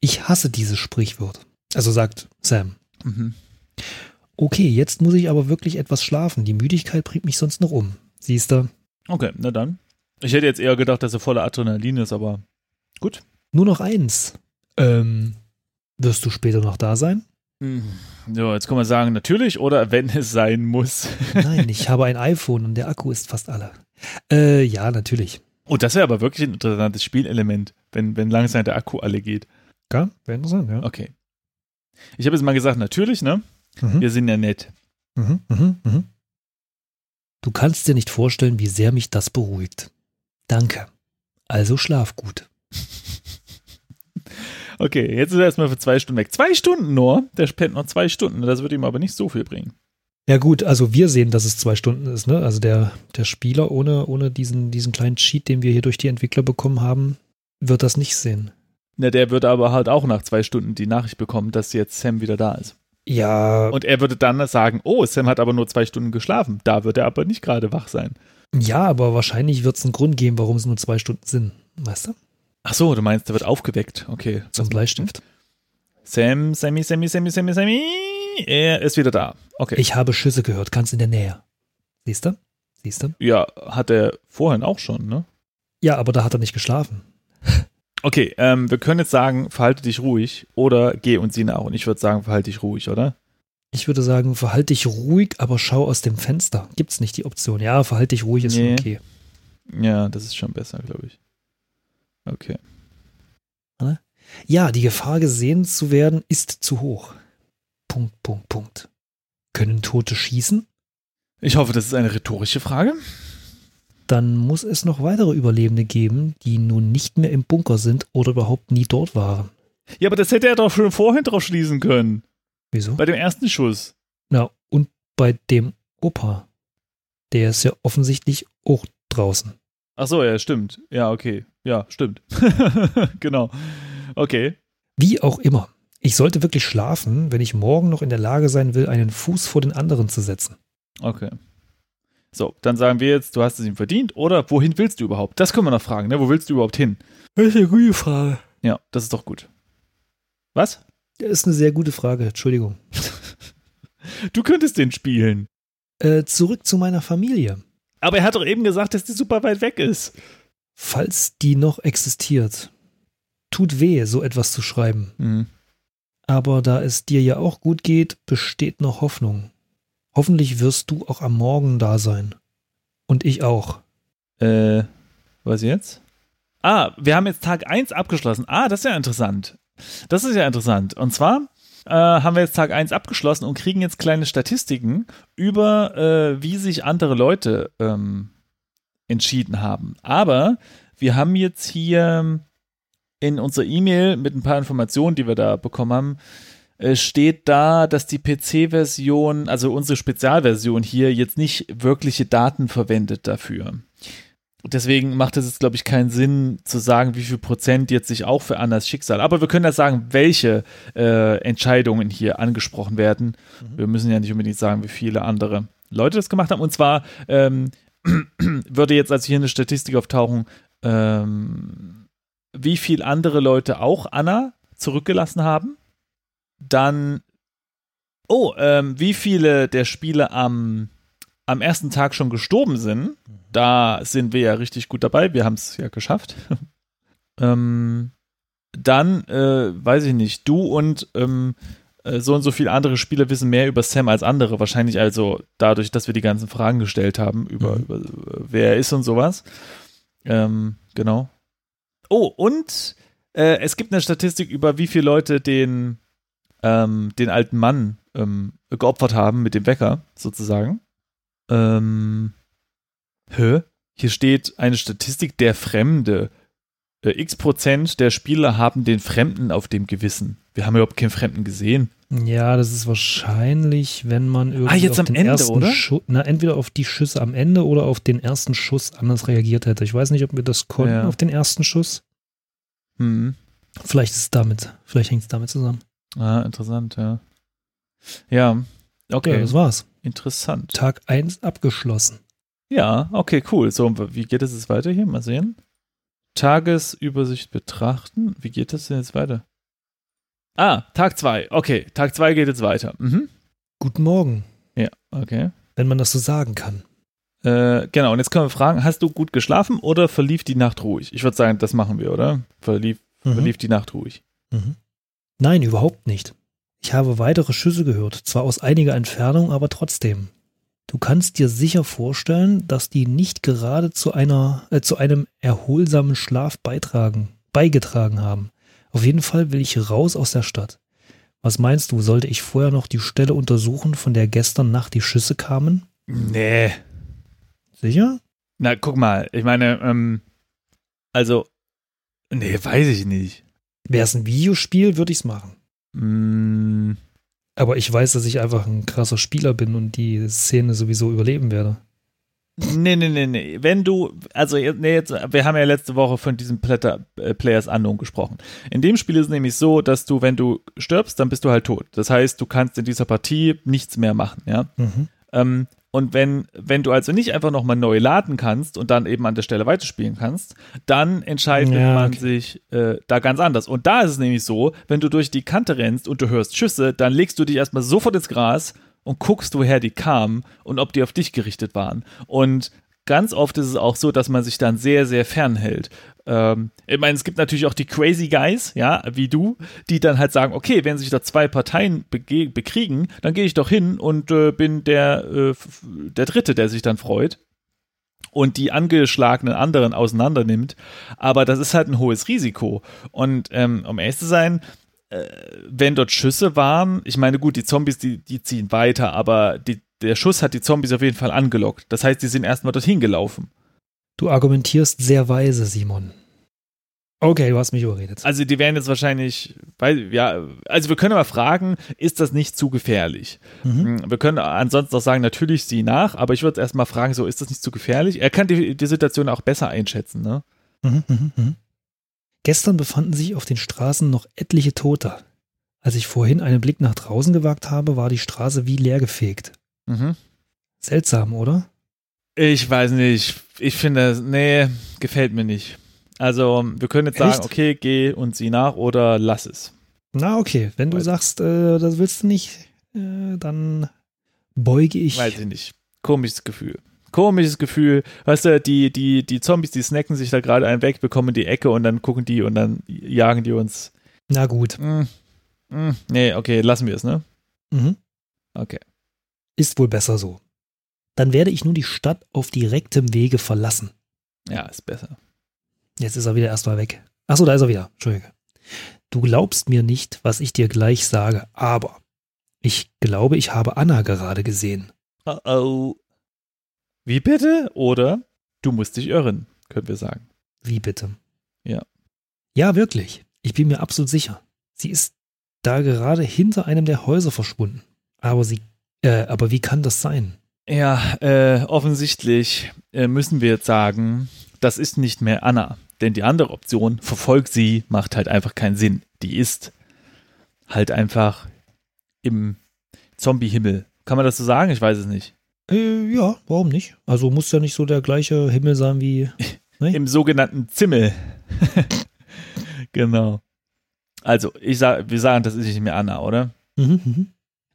[SPEAKER 2] Ich hasse dieses Sprichwort. Also sagt Sam.
[SPEAKER 1] Mhm.
[SPEAKER 2] Okay, jetzt muss ich aber wirklich etwas schlafen. Die Müdigkeit bringt mich sonst noch um. Siehst du?
[SPEAKER 1] Okay, na dann. Ich hätte jetzt eher gedacht, dass er voller Adrenalin ist, aber
[SPEAKER 2] Nur noch eins. Ähm, wirst du später noch da sein?
[SPEAKER 1] Mhm. so, jetzt kann man sagen, natürlich oder wenn es sein muss.
[SPEAKER 2] Nein, ich habe ein iPhone und der Akku ist fast alle. Äh, ja, natürlich.
[SPEAKER 1] Oh, das wäre aber wirklich ein interessantes Spielelement, wenn, wenn langsam der Akku alle geht.
[SPEAKER 2] Ja, wäre interessant, ja.
[SPEAKER 1] Okay. Ich habe jetzt mal gesagt, natürlich, ne?
[SPEAKER 2] Mhm,
[SPEAKER 1] Wir sind ja nett.
[SPEAKER 2] mhm, mhm, mhm. Du kannst dir nicht vorstellen, wie sehr mich das beruhigt. Danke. Also schlaf gut.
[SPEAKER 1] Okay, jetzt ist er erstmal für zwei Stunden weg. Zwei Stunden nur? Der pennt noch zwei Stunden. Das würde ihm aber nicht so viel bringen.
[SPEAKER 2] Ja gut, also wir sehen, dass es zwei Stunden ist, ne? Also der, der Spieler ohne, ohne diesen, diesen kleinen Cheat, den wir hier durch die Entwickler bekommen haben, wird das nicht sehen.
[SPEAKER 1] Na, der würde aber halt auch nach zwei Stunden die Nachricht bekommen, dass jetzt Sam wieder da ist.
[SPEAKER 2] Ja,
[SPEAKER 1] Und er würde dann sagen, oh, Sam hat aber nur zwei Stunden geschlafen. Da wird er aber nicht gerade wach sein.
[SPEAKER 2] ja, aber wahrscheinlich wird es einen Grund geben, warum es nur zwei Stunden sind. Weißt du?
[SPEAKER 1] Ach so, du meinst, der wird aufgeweckt. Okay.
[SPEAKER 2] Zum Bleistift.
[SPEAKER 1] Sam, Sammy, Sammy, Sammy, Sammy, Sammy. Er ist wieder da. Okay.
[SPEAKER 2] Ich habe Schüsse gehört, ganz in der Nähe. Siehst du? Siehst du?
[SPEAKER 1] ja, hat er vorhin auch schon, ne?
[SPEAKER 2] Ja, aber da hat er nicht geschlafen.
[SPEAKER 1] Okay, ähm, wir können jetzt sagen, verhalte dich ruhig oder geh und sieh nach. Und ich würde sagen, verhalte dich ruhig, oder?
[SPEAKER 2] Ich würde sagen, verhalte dich ruhig, aber schau aus dem Fenster. Gibt's nicht die Option. Ja, verhalte dich ruhig ist schon
[SPEAKER 1] Nee.
[SPEAKER 2] okay.
[SPEAKER 1] Ja, das ist schon besser, glaube ich. Okay.
[SPEAKER 2] Ja, die Gefahr gesehen zu werden ist zu hoch. Punkt, Punkt, Punkt. Können Tote schießen?
[SPEAKER 1] Ich hoffe, das ist eine rhetorische Frage.
[SPEAKER 2] Dann muss es noch weitere Überlebende geben, die nun nicht mehr im Bunker sind oder überhaupt nie dort waren.
[SPEAKER 1] Ja, aber das hätte er doch schon vorhin drauf schließen können.
[SPEAKER 2] Wieso?
[SPEAKER 1] Bei dem ersten Schuss.
[SPEAKER 2] Na, und bei dem Opa. Der ist ja offensichtlich auch draußen.
[SPEAKER 1] Ach so, ja, stimmt. Ja, okay. Ja, stimmt. genau. Okay.
[SPEAKER 2] Wie auch immer. Ich sollte wirklich schlafen, wenn ich morgen noch in der Lage sein will, einen Fuß vor den anderen zu setzen.
[SPEAKER 1] Okay. So, dann sagen wir jetzt, du hast es ihm verdient oder wohin willst du überhaupt? Das können wir noch fragen, ne? Wo willst du überhaupt hin?
[SPEAKER 2] Das ist eine gute Frage.
[SPEAKER 1] Ja, das ist doch gut. Was?
[SPEAKER 2] Das ist eine sehr gute Frage, Entschuldigung.
[SPEAKER 1] Du könntest den spielen.
[SPEAKER 2] Äh, zurück zu meiner Familie.
[SPEAKER 1] Aber er hat doch eben gesagt, dass die super weit weg ist.
[SPEAKER 2] falls die noch existiert. Tut weh, so etwas zu schreiben. Aber da es dir ja auch gut geht, besteht noch Hoffnung. Hoffentlich wirst du auch am Morgen da sein. Und ich auch.
[SPEAKER 1] Äh, was jetzt? Ah, wir haben jetzt Tag 1 abgeschlossen. Ah, das ist ja interessant. Das ist ja interessant. Und zwar äh, haben wir jetzt Tag 1 abgeschlossen und kriegen jetzt kleine Statistiken über, äh, wie sich andere Leute ähm, entschieden haben. Aber wir haben jetzt hier in unserer E-Mail mit ein paar Informationen, die wir da bekommen haben, äh, steht da, dass die PC-Version, also unsere Spezialversion hier, jetzt nicht wirkliche Daten verwendet dafür. Deswegen macht es jetzt, glaube ich, keinen Sinn zu sagen, wie viel Prozent jetzt sich auch für Annas Schicksal. Aber wir können ja sagen, welche äh, Entscheidungen hier angesprochen werden. Wir müssen ja nicht unbedingt sagen, wie viele andere. Leute das gemacht haben. Und zwar ähm, würde jetzt also hier eine Statistik auftauchen, ähm, wie viel andere Leute auch Anna zurückgelassen haben. Dann, oh, ähm, wie viele der Spiele am, am ersten Tag schon gestorben sind. Da sind wir ja richtig gut dabei. Wir haben es ja geschafft. ähm, dann, äh, weiß ich nicht, du und ähm, äh, so und so viele andere Spieler wissen mehr über Sam als andere. Wahrscheinlich also dadurch, dass wir die ganzen Fragen gestellt haben über,
[SPEAKER 2] Mhm.
[SPEAKER 1] über äh, wer er ist und sowas. Ähm, genau. Oh, und äh, es gibt eine Statistik über wie viele Leute den, ähm, den alten Mann ähm, geopfert haben mit dem Wecker, sozusagen. Ähm, hä? Hier steht eine Statistik der Fremde. Äh, X Prozent der Spieler haben den Fremden auf dem Gewissen. Wir haben überhaupt keinen Fremden gesehen.
[SPEAKER 2] Ja, das ist wahrscheinlich, wenn man irgendwie
[SPEAKER 1] jetzt
[SPEAKER 2] auf
[SPEAKER 1] am
[SPEAKER 2] den
[SPEAKER 1] Ende,
[SPEAKER 2] ersten
[SPEAKER 1] oder?
[SPEAKER 2] Schu- na, entweder auf die Schüsse am Ende oder auf den ersten Schuss anders reagiert hätte. Ich weiß nicht, ob wir das konnten
[SPEAKER 1] Ja.
[SPEAKER 2] auf den ersten Schuss.
[SPEAKER 1] Hm.
[SPEAKER 2] Vielleicht ist es damit, vielleicht hängt es damit zusammen.
[SPEAKER 1] Ah, interessant, ja. Ja,
[SPEAKER 2] Ja,
[SPEAKER 1] okay,
[SPEAKER 2] das war's.
[SPEAKER 1] interessant.
[SPEAKER 2] Tag 1 abgeschlossen.
[SPEAKER 1] Ja, okay, cool. So, wie geht es jetzt weiter hier? Mal sehen. Tagesübersicht betrachten. Wie geht das denn jetzt weiter? Ah, Tag 2. Okay, Tag 2 geht jetzt weiter. Mhm.
[SPEAKER 2] Guten Morgen,
[SPEAKER 1] Ja, okay.
[SPEAKER 2] wenn man das so sagen kann.
[SPEAKER 1] Äh, genau, und jetzt können wir fragen, hast du gut geschlafen oder verlief die Nacht ruhig? Ich würde sagen, das machen wir, oder? Verlief, verlief die Nacht ruhig.
[SPEAKER 2] Mhm. Nein, überhaupt nicht. Ich habe weitere Schüsse gehört, zwar aus einiger Entfernung, aber trotzdem. Du kannst dir sicher vorstellen, dass die nicht gerade zu einer äh, zu einem erholsamen Schlaf beitragen, beigetragen haben. Auf jeden Fall will ich raus aus der Stadt. Was meinst du, sollte ich vorher noch die Stelle untersuchen, von der gestern Nacht die Schüsse kamen?
[SPEAKER 1] Nee.
[SPEAKER 2] Sicher?
[SPEAKER 1] Na, guck mal, ich meine, ähm, also, nee, weiß ich nicht.
[SPEAKER 2] Wäre es ein Videospiel, würde ich es machen.
[SPEAKER 1] Mm,
[SPEAKER 2] Aber ich weiß, dass ich einfach ein krasser Spieler bin und die Szene sowieso überleben werde.
[SPEAKER 1] nee, nee, nee, nee. Wenn du, also, jetzt- nee, jetzt, wir haben ja letzte Woche von diesem Platter, äh, Players Unknown gesprochen. In dem Spiel ist es nämlich so, dass du, wenn du stirbst, dann bist du halt tot. Das heißt, du kannst in dieser Partie nichts mehr machen, ja?
[SPEAKER 2] Mhm.
[SPEAKER 1] Ähm, und wenn, wenn du also nicht einfach nochmal neu laden kannst und dann eben an der Stelle weiterspielen kannst, dann entscheidet
[SPEAKER 2] Ja,
[SPEAKER 1] man
[SPEAKER 2] okay.
[SPEAKER 1] sich äh, da ganz anders. Und da ist es nämlich so, wenn du durch die Kante rennst und du hörst Schüsse, dann legst du dich erstmal sofort ins Gras und guckst, woher die kamen und ob die auf dich gerichtet waren. Und ganz oft ist es auch so, dass man sich dann sehr, sehr fernhält. Ähm, ich meine, es gibt natürlich auch die Crazy Guys, ja, wie du, die dann halt sagen, okay, wenn sich da zwei Parteien bege- bekriegen, dann gehe ich doch hin und äh, bin der, äh, f- der Dritte, der sich dann freut und die angeschlagenen anderen auseinander nimmt. Aber das ist halt ein hohes Risiko. Und ähm, um ehrlich zu sein, äh, wenn dort Schüsse waren, ich meine, gut, die Zombies, die, die ziehen weiter, aber die, der Schuss hat die Zombies auf jeden Fall angelockt. Das heißt, die sind erstmal dorthin gelaufen.
[SPEAKER 2] Du argumentierst sehr weise, Simon. Okay, du hast mich überredet.
[SPEAKER 1] Also die werden jetzt wahrscheinlich, weil, ja, also wir können aber fragen, ist das nicht zu gefährlich? Hm?
[SPEAKER 2] Mhm.
[SPEAKER 1] Wir können ansonsten auch sagen, natürlich sieh nach, aber ich würde erst mal fragen, so ist das nicht zu gefährlich? Er kann die, die Situation auch besser einschätzen, ne?
[SPEAKER 2] Mhm, mhm, mhm. Gestern befanden sich auf den Straßen noch etliche Tote. Als ich vorhin einen Blick nach draußen gewagt habe, war die Straße wie leergefegt.
[SPEAKER 1] Mhm.
[SPEAKER 2] Seltsam, oder?
[SPEAKER 1] Ich weiß nicht. Ich finde, das- nee, gefällt mir nicht. Also, wir können jetzt sagen,
[SPEAKER 2] Echt?
[SPEAKER 1] okay, geh und sieh nach oder lass es.
[SPEAKER 2] Na okay, wenn du
[SPEAKER 1] Weiß-
[SPEAKER 2] sagst, äh, das willst du nicht, äh, dann beuge ich.
[SPEAKER 1] Weiß ich nicht. Komisches Gefühl. Komisches Gefühl. Weißt du, die, die, die Zombies, die snacken sich da gerade einen weg, bekommen die Ecke und dann gucken die und dann jagen die uns.
[SPEAKER 2] Na gut.
[SPEAKER 1] Mm, mm, nee, okay, lassen wir es, ne?
[SPEAKER 2] Mhm.
[SPEAKER 1] Okay.
[SPEAKER 2] Ist wohl besser so. Dann werde ich nun die Stadt auf direktem Wege verlassen.
[SPEAKER 1] Ja, ist besser.
[SPEAKER 2] Jetzt ist er wieder erstmal weg. Achso, da ist er wieder. Entschuldige. Du glaubst mir nicht, was ich dir gleich sage, aber ich glaube, ich habe Anna gerade gesehen.
[SPEAKER 1] Oh oh. Wie bitte? Oder du musst dich irren, können wir sagen.
[SPEAKER 2] Wie bitte?
[SPEAKER 1] Ja.
[SPEAKER 2] Ja, wirklich. Ich bin mir absolut sicher. Sie ist da gerade hinter einem der Häuser verschwunden. Aber sie, äh, aber wie kann das sein?
[SPEAKER 1] Ja, äh, offensichtlich äh, müssen wir jetzt sagen, das ist nicht mehr Anna. Denn die andere Option, verfolgt sie, macht halt einfach keinen Sinn. Die ist halt einfach im Zombie-Himmel. Kann man das so sagen? Ich weiß es nicht.
[SPEAKER 2] Äh, ja, warum nicht? Also muss ja nicht so der gleiche Himmel sein wie.
[SPEAKER 1] Im sogenannten Zimmel. genau. Also, ich sag, wir sagen, das ist nicht mehr Anna, oder?
[SPEAKER 2] Mhm, mhm.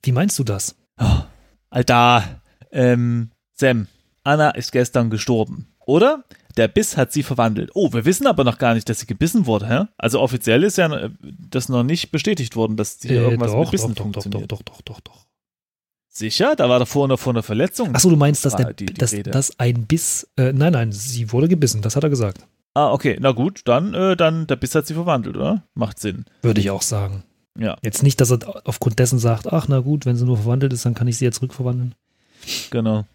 [SPEAKER 2] Wie meinst du das?
[SPEAKER 1] Oh, Alter, ähm, Sam, Anna ist gestern gestorben, oder? Der Biss hat sie verwandelt. Oh, wir wissen aber noch gar nicht, dass sie gebissen wurde, hä? Also offiziell ist ja äh, das noch nicht bestätigt worden, dass hier irgendwas mit Bissen
[SPEAKER 2] Äh, doch, doch, doch,
[SPEAKER 1] funktioniert.
[SPEAKER 2] doch, doch, doch, doch.
[SPEAKER 1] Sicher? Da war doch vorhin noch vor einer Verletzung.
[SPEAKER 2] Achso, du meinst, dass,
[SPEAKER 1] War
[SPEAKER 2] der,
[SPEAKER 1] Ah, die- die
[SPEAKER 2] dass,
[SPEAKER 1] Rede.
[SPEAKER 2] dass ein Biss. Äh, nein, nein, sie wurde gebissen, das hat er gesagt.
[SPEAKER 1] Ah, okay, na gut, dann, äh, dann, der Biss hat sie verwandelt, oder? Macht Sinn.
[SPEAKER 2] Würde ich auch sagen.
[SPEAKER 1] Ja.
[SPEAKER 2] Jetzt nicht, dass er aufgrund dessen sagt, ach na gut, wenn sie nur verwandelt ist, dann kann ich sie jetzt rückverwandeln.
[SPEAKER 1] Genau.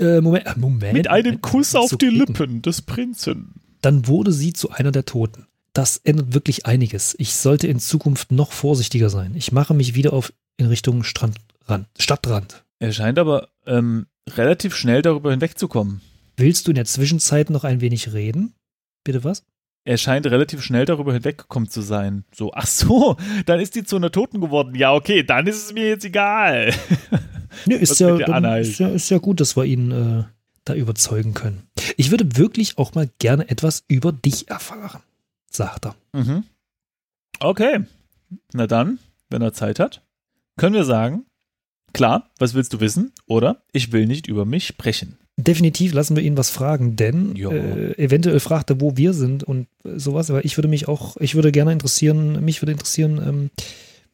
[SPEAKER 2] Äh, Moment, äh, Moment.
[SPEAKER 1] Mit einem
[SPEAKER 2] Moment,
[SPEAKER 1] Kuss
[SPEAKER 2] das ist
[SPEAKER 1] auf
[SPEAKER 2] so
[SPEAKER 1] die
[SPEAKER 2] klicken.
[SPEAKER 1] Lippen des Prinzen.
[SPEAKER 2] Dann wurde sie zu einer der Toten. Das ändert wirklich einiges. Ich sollte in Zukunft noch vorsichtiger sein. Ich mache mich wieder auf in Richtung Strandrand, Stadtrand.
[SPEAKER 1] Er scheint aber ähm, relativ schnell darüber hinwegzukommen.
[SPEAKER 2] Willst du in der Zwischenzeit noch ein wenig reden? Bitte was?
[SPEAKER 1] Er scheint relativ schnell darüber hinweggekommen zu sein. So, ach so, dann ist die zu einer Toten geworden. Ja, okay, dann ist es mir jetzt egal.
[SPEAKER 2] Nö, ist
[SPEAKER 1] Was
[SPEAKER 2] ja,
[SPEAKER 1] mit der
[SPEAKER 2] dann,
[SPEAKER 1] Anna
[SPEAKER 2] ist, ja, ist ja gut, dass wir ihn äh, da überzeugen können. Ich würde wirklich auch mal gerne etwas über dich erfahren, sagt er.
[SPEAKER 1] Mhm. Okay. Na dann, wenn er Zeit hat, können wir sagen, klar, was willst du wissen? Oder ich will nicht über mich sprechen.
[SPEAKER 2] Definitiv lassen wir ihn was fragen, denn
[SPEAKER 1] Ja.
[SPEAKER 2] äh, eventuell fragt er, wo wir sind und äh, sowas. Aber ich würde mich auch, ich würde gerne interessieren, mich würde interessieren, ähm,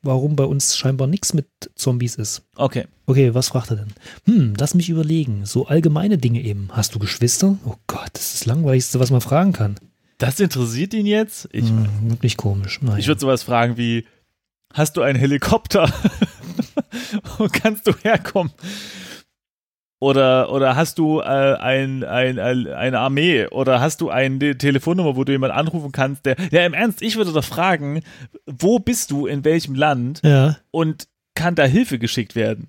[SPEAKER 2] warum bei uns scheinbar nichts mit Zombies ist.
[SPEAKER 1] Okay.
[SPEAKER 2] Okay, was fragt er denn? Hm, lass mich überlegen. So allgemeine Dinge eben. Hast du Geschwister? Oh Gott, das ist das Langweiligste, was man fragen kann.
[SPEAKER 1] Das interessiert ihn jetzt? Ich,
[SPEAKER 2] Hm, wirklich komisch. Naja.
[SPEAKER 1] ich würde sowas fragen wie, hast du einen Helikopter? Wo kannst du herkommen? Oder, oder hast du äh, ein, ein, ein, eine Armee? Oder hast du eine De- Telefonnummer, wo du jemanden anrufen kannst, der. Ja, im Ernst, ich würde doch fragen, wo bist du, in welchem Land?
[SPEAKER 2] ja,
[SPEAKER 1] und kann da Hilfe geschickt werden.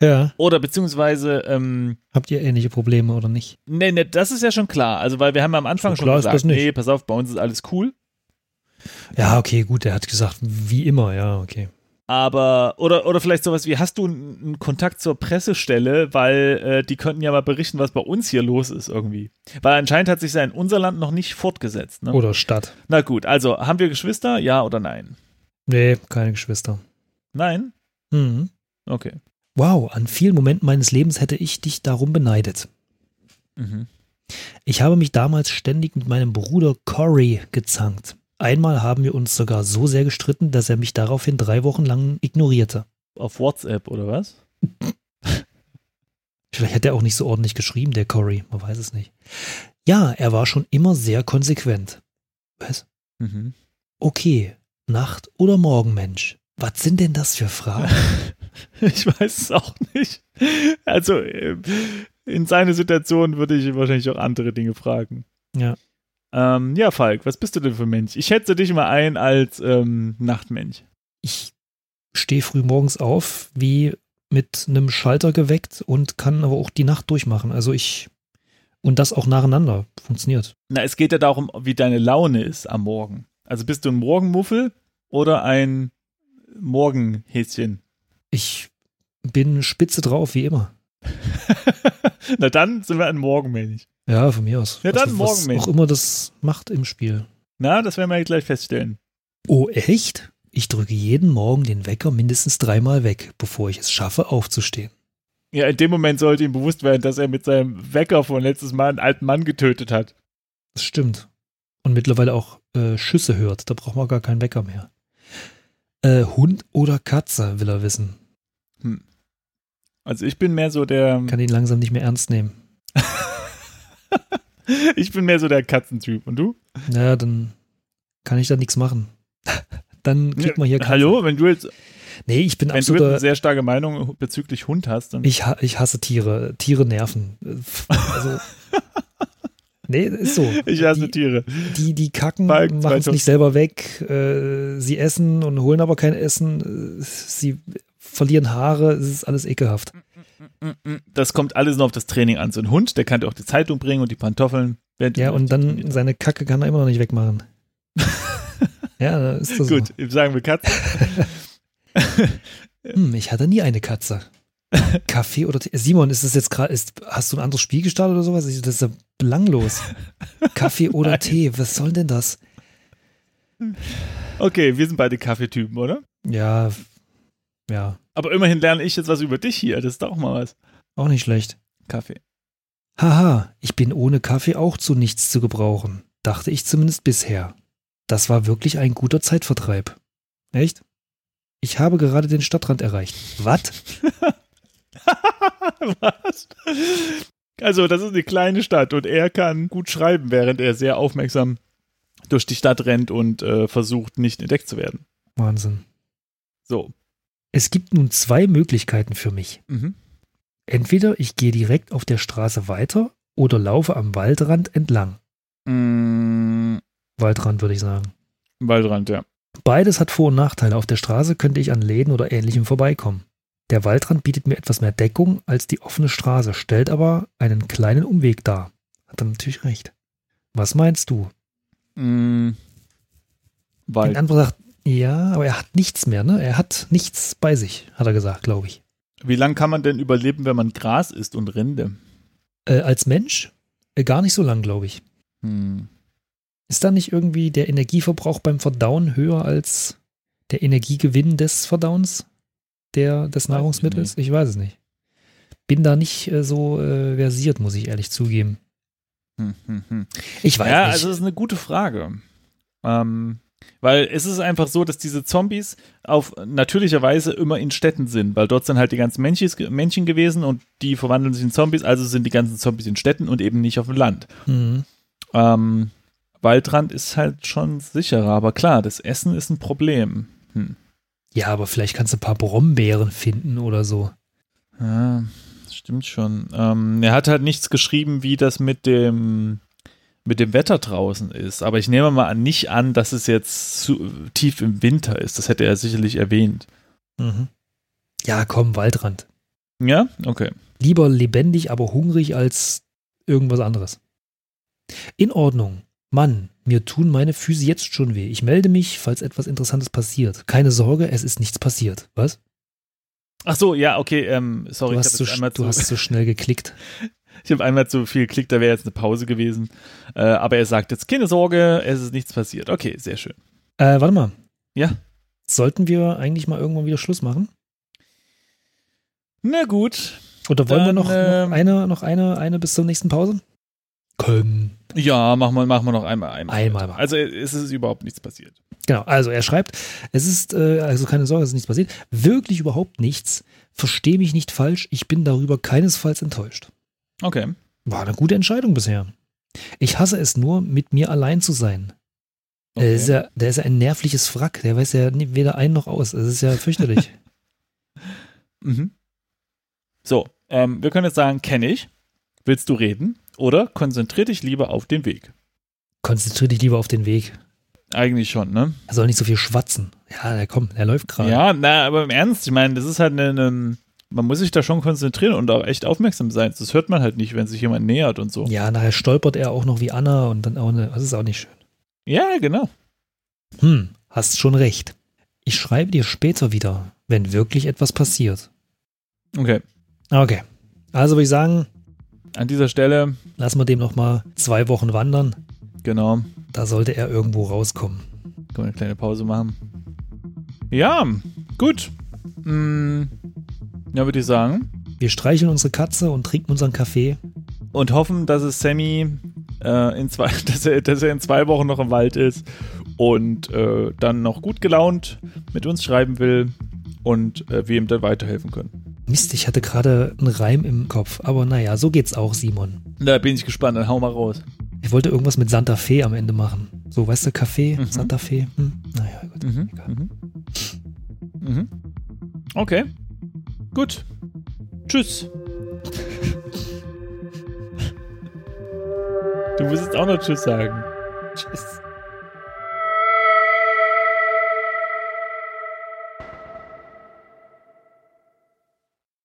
[SPEAKER 2] ja.
[SPEAKER 1] Oder beziehungsweise, ähm,
[SPEAKER 2] Habt ihr ähnliche Probleme oder nicht?
[SPEAKER 1] nee, nee, das ist ja schon klar. Also, weil wir haben am Anfang
[SPEAKER 2] So
[SPEAKER 1] schon
[SPEAKER 2] klar ist
[SPEAKER 1] gesagt,
[SPEAKER 2] das nicht.
[SPEAKER 1] nee, pass auf, bei uns ist alles cool.
[SPEAKER 2] Ja, okay, gut, er hat gesagt, wie immer, ja, okay.
[SPEAKER 1] Aber, oder, oder vielleicht sowas wie, hast du einen einen Kontakt zur Pressestelle, weil äh, die könnten ja mal berichten, was bei uns hier los ist irgendwie. Weil anscheinend hat sich ja in unser Land noch nicht fortgesetzt. Ne?
[SPEAKER 2] Oder Stadt.
[SPEAKER 1] Na gut, also, haben wir Geschwister? Ja oder nein?
[SPEAKER 2] Nee, keine Geschwister.
[SPEAKER 1] Nein?
[SPEAKER 2] Mhm.
[SPEAKER 1] Okay.
[SPEAKER 2] Wow, an vielen Momenten meines Lebens hätte ich dich darum beneidet.
[SPEAKER 1] Mhm.
[SPEAKER 2] Ich habe mich damals ständig mit meinem Bruder Corey gezankt. Einmal haben wir uns sogar so sehr gestritten, dass er mich daraufhin drei Wochen lang ignorierte.
[SPEAKER 1] Auf WhatsApp oder was?
[SPEAKER 2] Vielleicht hat er auch nicht so ordentlich geschrieben, der Corey, man weiß es nicht. Ja, er war schon immer sehr konsequent. Was?
[SPEAKER 1] Mhm.
[SPEAKER 2] Okay, Nacht- oder Morgenmensch. Was sind denn das für Fragen?
[SPEAKER 1] Ich weiß es auch nicht. Also äh, in seine Situation würde ich wahrscheinlich auch andere Dinge fragen.
[SPEAKER 2] Ja.
[SPEAKER 1] Ähm, ja, Falk, was bist du denn für ein Mensch? Ich schätze dich mal ein als ähm, Nachtmensch.
[SPEAKER 2] ich stehe früh morgens auf, wie mit einem Schalter geweckt und kann aber auch die Nacht durchmachen. Also ich und das auch nacheinander funktioniert.
[SPEAKER 1] Na, es geht ja darum, wie deine Laune ist am Morgen. Also bist du ein Morgenmuffel oder ein Morgenhäschen?
[SPEAKER 2] Ich bin spitze drauf wie immer.
[SPEAKER 1] Na, dann sind wir ein Morgenmensch.
[SPEAKER 2] Ja, von mir aus.
[SPEAKER 1] Ja, dann
[SPEAKER 2] was,
[SPEAKER 1] morgen,
[SPEAKER 2] was
[SPEAKER 1] Mensch.
[SPEAKER 2] auch immer das macht im Spiel.
[SPEAKER 1] Na, das werden wir gleich feststellen.
[SPEAKER 2] Oh, echt? Ich drücke jeden Morgen den Wecker mindestens dreimal weg, bevor ich es schaffe, aufzustehen.
[SPEAKER 1] Ja, in dem Moment sollte ihm bewusst werden, dass er mit seinem Wecker von letztes Mal einen alten Mann getötet hat.
[SPEAKER 2] Das stimmt. Und mittlerweile auch äh, Schüsse hört. Da braucht man gar keinen Wecker mehr. Äh, Hund oder Katze, will er wissen.
[SPEAKER 1] Also ich bin mehr so der.
[SPEAKER 2] Kann ihn langsam nicht mehr ernst nehmen.
[SPEAKER 1] Ich bin mehr so der Katzentyp. Und du?
[SPEAKER 2] Naja, dann kann ich da nichts machen. Dann kriegt man hier Katze.
[SPEAKER 1] Hallo, wenn du jetzt,
[SPEAKER 2] Nee, ich bin
[SPEAKER 1] wenn du jetzt eine
[SPEAKER 2] absoluter.
[SPEAKER 1] sehr starke Meinung bezüglich Hund hast, dann.
[SPEAKER 2] Ich, ha- ich hasse Tiere. Tiere nerven. Also. nee, ist so.
[SPEAKER 1] Ich hasse
[SPEAKER 2] die,
[SPEAKER 1] Tiere.
[SPEAKER 2] Die, die kacken,
[SPEAKER 1] Falk
[SPEAKER 2] machen es
[SPEAKER 1] 2000.
[SPEAKER 2] nicht selber weg. Äh, sie essen und holen aber kein Essen. Äh, Sie verlieren Haare. Es ist alles ekelhaft.
[SPEAKER 1] Das kommt alles nur auf das Training an. So ein Hund, der kann dir auch die Zeitung bringen und die Pantoffeln. Während du
[SPEAKER 2] Ja,
[SPEAKER 1] mit
[SPEAKER 2] und
[SPEAKER 1] dem
[SPEAKER 2] dann
[SPEAKER 1] trainierst.
[SPEAKER 2] seine Kacke kann er immer noch nicht wegmachen. ja, da ist das so.
[SPEAKER 1] Gut, sagen wir Katzen.
[SPEAKER 2] Hm, ich hatte nie eine Katze. Kaffee oder Tee. Simon, ist das jetzt gerade, ist- hast du ein anderes Spiel gestartet oder sowas? Ich- Das ist ja belanglos. Kaffee oder
[SPEAKER 1] Nein.
[SPEAKER 2] Tee, was soll denn das?
[SPEAKER 1] Okay, wir sind beide Kaffeetypen, oder?
[SPEAKER 2] Ja, ja,
[SPEAKER 1] Aber immerhin lerne ich jetzt was über dich hier. Das ist doch mal was.
[SPEAKER 2] auch nicht schlecht.
[SPEAKER 1] Kaffee.
[SPEAKER 2] Haha, ich bin ohne Kaffee auch zu nichts zu gebrauchen, dachte ich zumindest bisher. Das war wirklich ein guter Zeitvertreib. Echt? Ich habe gerade den Stadtrand erreicht. Was?
[SPEAKER 1] was? Also, das ist eine kleine Stadt und er kann gut schreiben, während er sehr aufmerksam durch die Stadt rennt und äh, versucht, nicht entdeckt zu werden.
[SPEAKER 2] Wahnsinn.
[SPEAKER 1] So.
[SPEAKER 2] Es gibt nun zwei Möglichkeiten für mich.
[SPEAKER 1] Mhm.
[SPEAKER 2] Entweder ich gehe direkt auf der Straße weiter oder laufe am Waldrand entlang.
[SPEAKER 1] Mm,
[SPEAKER 2] Waldrand würde ich sagen.
[SPEAKER 1] Waldrand, ja.
[SPEAKER 2] Beides hat Vor- und Nachteile. Auf der Straße könnte ich an Läden oder ähnlichem vorbeikommen. Der Waldrand bietet mir etwas mehr Deckung als die offene Straße, stellt aber einen kleinen Umweg dar. Hat er natürlich recht. Was meinst du?
[SPEAKER 1] Mm,
[SPEAKER 2] In
[SPEAKER 1] Wald.
[SPEAKER 2] Antwort sagt, ja, aber er hat nichts mehr, ne? Er hat nichts bei sich, hat er gesagt, glaube ich.
[SPEAKER 1] Wie lange kann man denn überleben, wenn man Gras isst und Rinde?
[SPEAKER 2] Äh, als Mensch? Äh, gar nicht so lang, glaube ich.
[SPEAKER 1] Hm.
[SPEAKER 2] Ist da nicht irgendwie der Energieverbrauch beim Verdauen höher als der Energiegewinn des Verdauens der,
[SPEAKER 1] Weiß
[SPEAKER 2] des
[SPEAKER 1] ich
[SPEAKER 2] Nahrungsmittels? Ich, weiß es nicht. Bin da nicht äh, so äh, versiert, muss ich ehrlich zugeben.
[SPEAKER 1] Hm, hm, hm.
[SPEAKER 2] Ich weiß
[SPEAKER 1] ja,
[SPEAKER 2] nicht.
[SPEAKER 1] also das ist eine gute Frage. Ähm, weil es ist einfach so, dass diese Zombies auf natürlicher Weise immer in Städten sind, weil dort sind halt die ganzen Menschis, Menschen gewesen und die verwandeln sich in Zombies, also sind die ganzen Zombies in Städten und eben nicht auf dem Land.
[SPEAKER 2] mhm.
[SPEAKER 1] Ähm, Waldrand ist halt schon sicherer, aber klar, das Essen ist ein Problem.
[SPEAKER 2] ja, aber vielleicht kannst du ein paar Brombeeren finden oder so.
[SPEAKER 1] Ja, das stimmt schon. Ähm, er hat halt nichts geschrieben, wie das mit dem mit dem Wetter draußen ist. Aber ich nehme mal an, nicht an, dass es jetzt zu, tief im Winter ist. Das hätte er sicherlich erwähnt. Mhm.
[SPEAKER 2] Ja, komm, Waldrand.
[SPEAKER 1] Ja, okay.
[SPEAKER 2] Lieber lebendig, aber hungrig als irgendwas anderes. In Ordnung. Mann, mir tun meine Füße jetzt schon weh. Ich melde mich, falls etwas Interessantes passiert. Keine Sorge, es ist nichts passiert. Was?
[SPEAKER 1] Ach so, ja, okay. Ähm, sorry,
[SPEAKER 2] Du
[SPEAKER 1] ich
[SPEAKER 2] hast,
[SPEAKER 1] habe
[SPEAKER 2] zu,
[SPEAKER 1] jetzt einmal
[SPEAKER 2] du
[SPEAKER 1] zu,
[SPEAKER 2] hast zu schnell geklickt.
[SPEAKER 1] ich hab einmal zu viel geklickt. Da wäre jetzt eine Pause gewesen. Äh, aber er sagt jetzt keine Sorge, es ist nichts passiert. Okay, sehr schön.
[SPEAKER 2] Äh, warte mal.
[SPEAKER 1] Ja.
[SPEAKER 2] Sollten wir eigentlich mal irgendwann wieder Schluss machen?
[SPEAKER 1] Na gut.
[SPEAKER 2] Oder wollen wir
[SPEAKER 1] Dann,
[SPEAKER 2] noch,
[SPEAKER 1] ähm,
[SPEAKER 2] noch eine, noch eine, eine bis zur nächsten Pause? Komm.
[SPEAKER 1] Ja, machen wir, machen wir noch einmal, einmal.
[SPEAKER 2] Einmal machen.
[SPEAKER 1] Also es ist überhaupt nichts passiert.
[SPEAKER 2] Genau, also er schreibt, es ist, äh, also keine Sorge, es ist nichts passiert. Wirklich überhaupt nichts. Verstehe mich nicht falsch, ich bin darüber keinesfalls enttäuscht.
[SPEAKER 1] Okay.
[SPEAKER 2] War eine gute Entscheidung bisher. Ich hasse es nur, mit mir allein zu sein.
[SPEAKER 1] okay.
[SPEAKER 2] Der, ist ja, der ist ja ein nervliches Wrack, der weiß ja nie- weder ein noch aus. Es ist ja fürchterlich.
[SPEAKER 1] Mhm. So, ähm, wir können jetzt sagen, kenne ich, willst du reden oder konzentrier dich lieber auf den Weg.
[SPEAKER 2] Konzentrier dich lieber auf den Weg.
[SPEAKER 1] Eigentlich schon, ne?
[SPEAKER 2] Er soll nicht so viel schwatzen. Ja, na komm, er läuft gerade.
[SPEAKER 1] Ja, na, aber im Ernst, ich meine, das ist halt eine, eine, man muss sich da schon konzentrieren und auch echt aufmerksam sein. Das hört man halt nicht, wenn sich jemand nähert und so.
[SPEAKER 2] Ja, nachher stolpert er auch noch wie Anna und dann auch ne, das ist auch nicht schön.
[SPEAKER 1] Ja, genau.
[SPEAKER 2] Hm, hast schon recht. Ich schreibe dir später wieder, wenn wirklich etwas passiert.
[SPEAKER 1] Okay,
[SPEAKER 2] Okay. Also würde ich sagen,
[SPEAKER 1] an dieser Stelle,
[SPEAKER 2] lassen wir dem noch mal zwei Wochen wandern.
[SPEAKER 1] genau,
[SPEAKER 2] Da sollte er irgendwo rauskommen.
[SPEAKER 1] können wir eine kleine Pause machen. Ja, gut. Hm, ja, würde ich sagen.
[SPEAKER 2] Wir streicheln unsere Katze und trinken unseren Kaffee.
[SPEAKER 1] und hoffen, dass es Sammy äh, in zwei, dass er, dass er in zwei Wochen noch im Wald ist und äh, dann noch gut gelaunt mit uns schreiben will und äh, wir ihm dann weiterhelfen können.
[SPEAKER 2] Mist, ich hatte gerade einen Reim im Kopf. Aber naja, so geht's auch, Simon.
[SPEAKER 1] Da bin ich gespannt, dann hau mal raus.
[SPEAKER 2] Ich wollte irgendwas mit Santa Fe am Ende machen. So, weißt du, Kaffee,
[SPEAKER 1] Mhm.
[SPEAKER 2] Santa Fe. Hm, naja, gut.
[SPEAKER 1] Mhm.
[SPEAKER 2] Egal.
[SPEAKER 1] Mhm. Mhm. Okay. Gut. Tschüss. Du musst jetzt auch noch Tschüss sagen. Tschüss.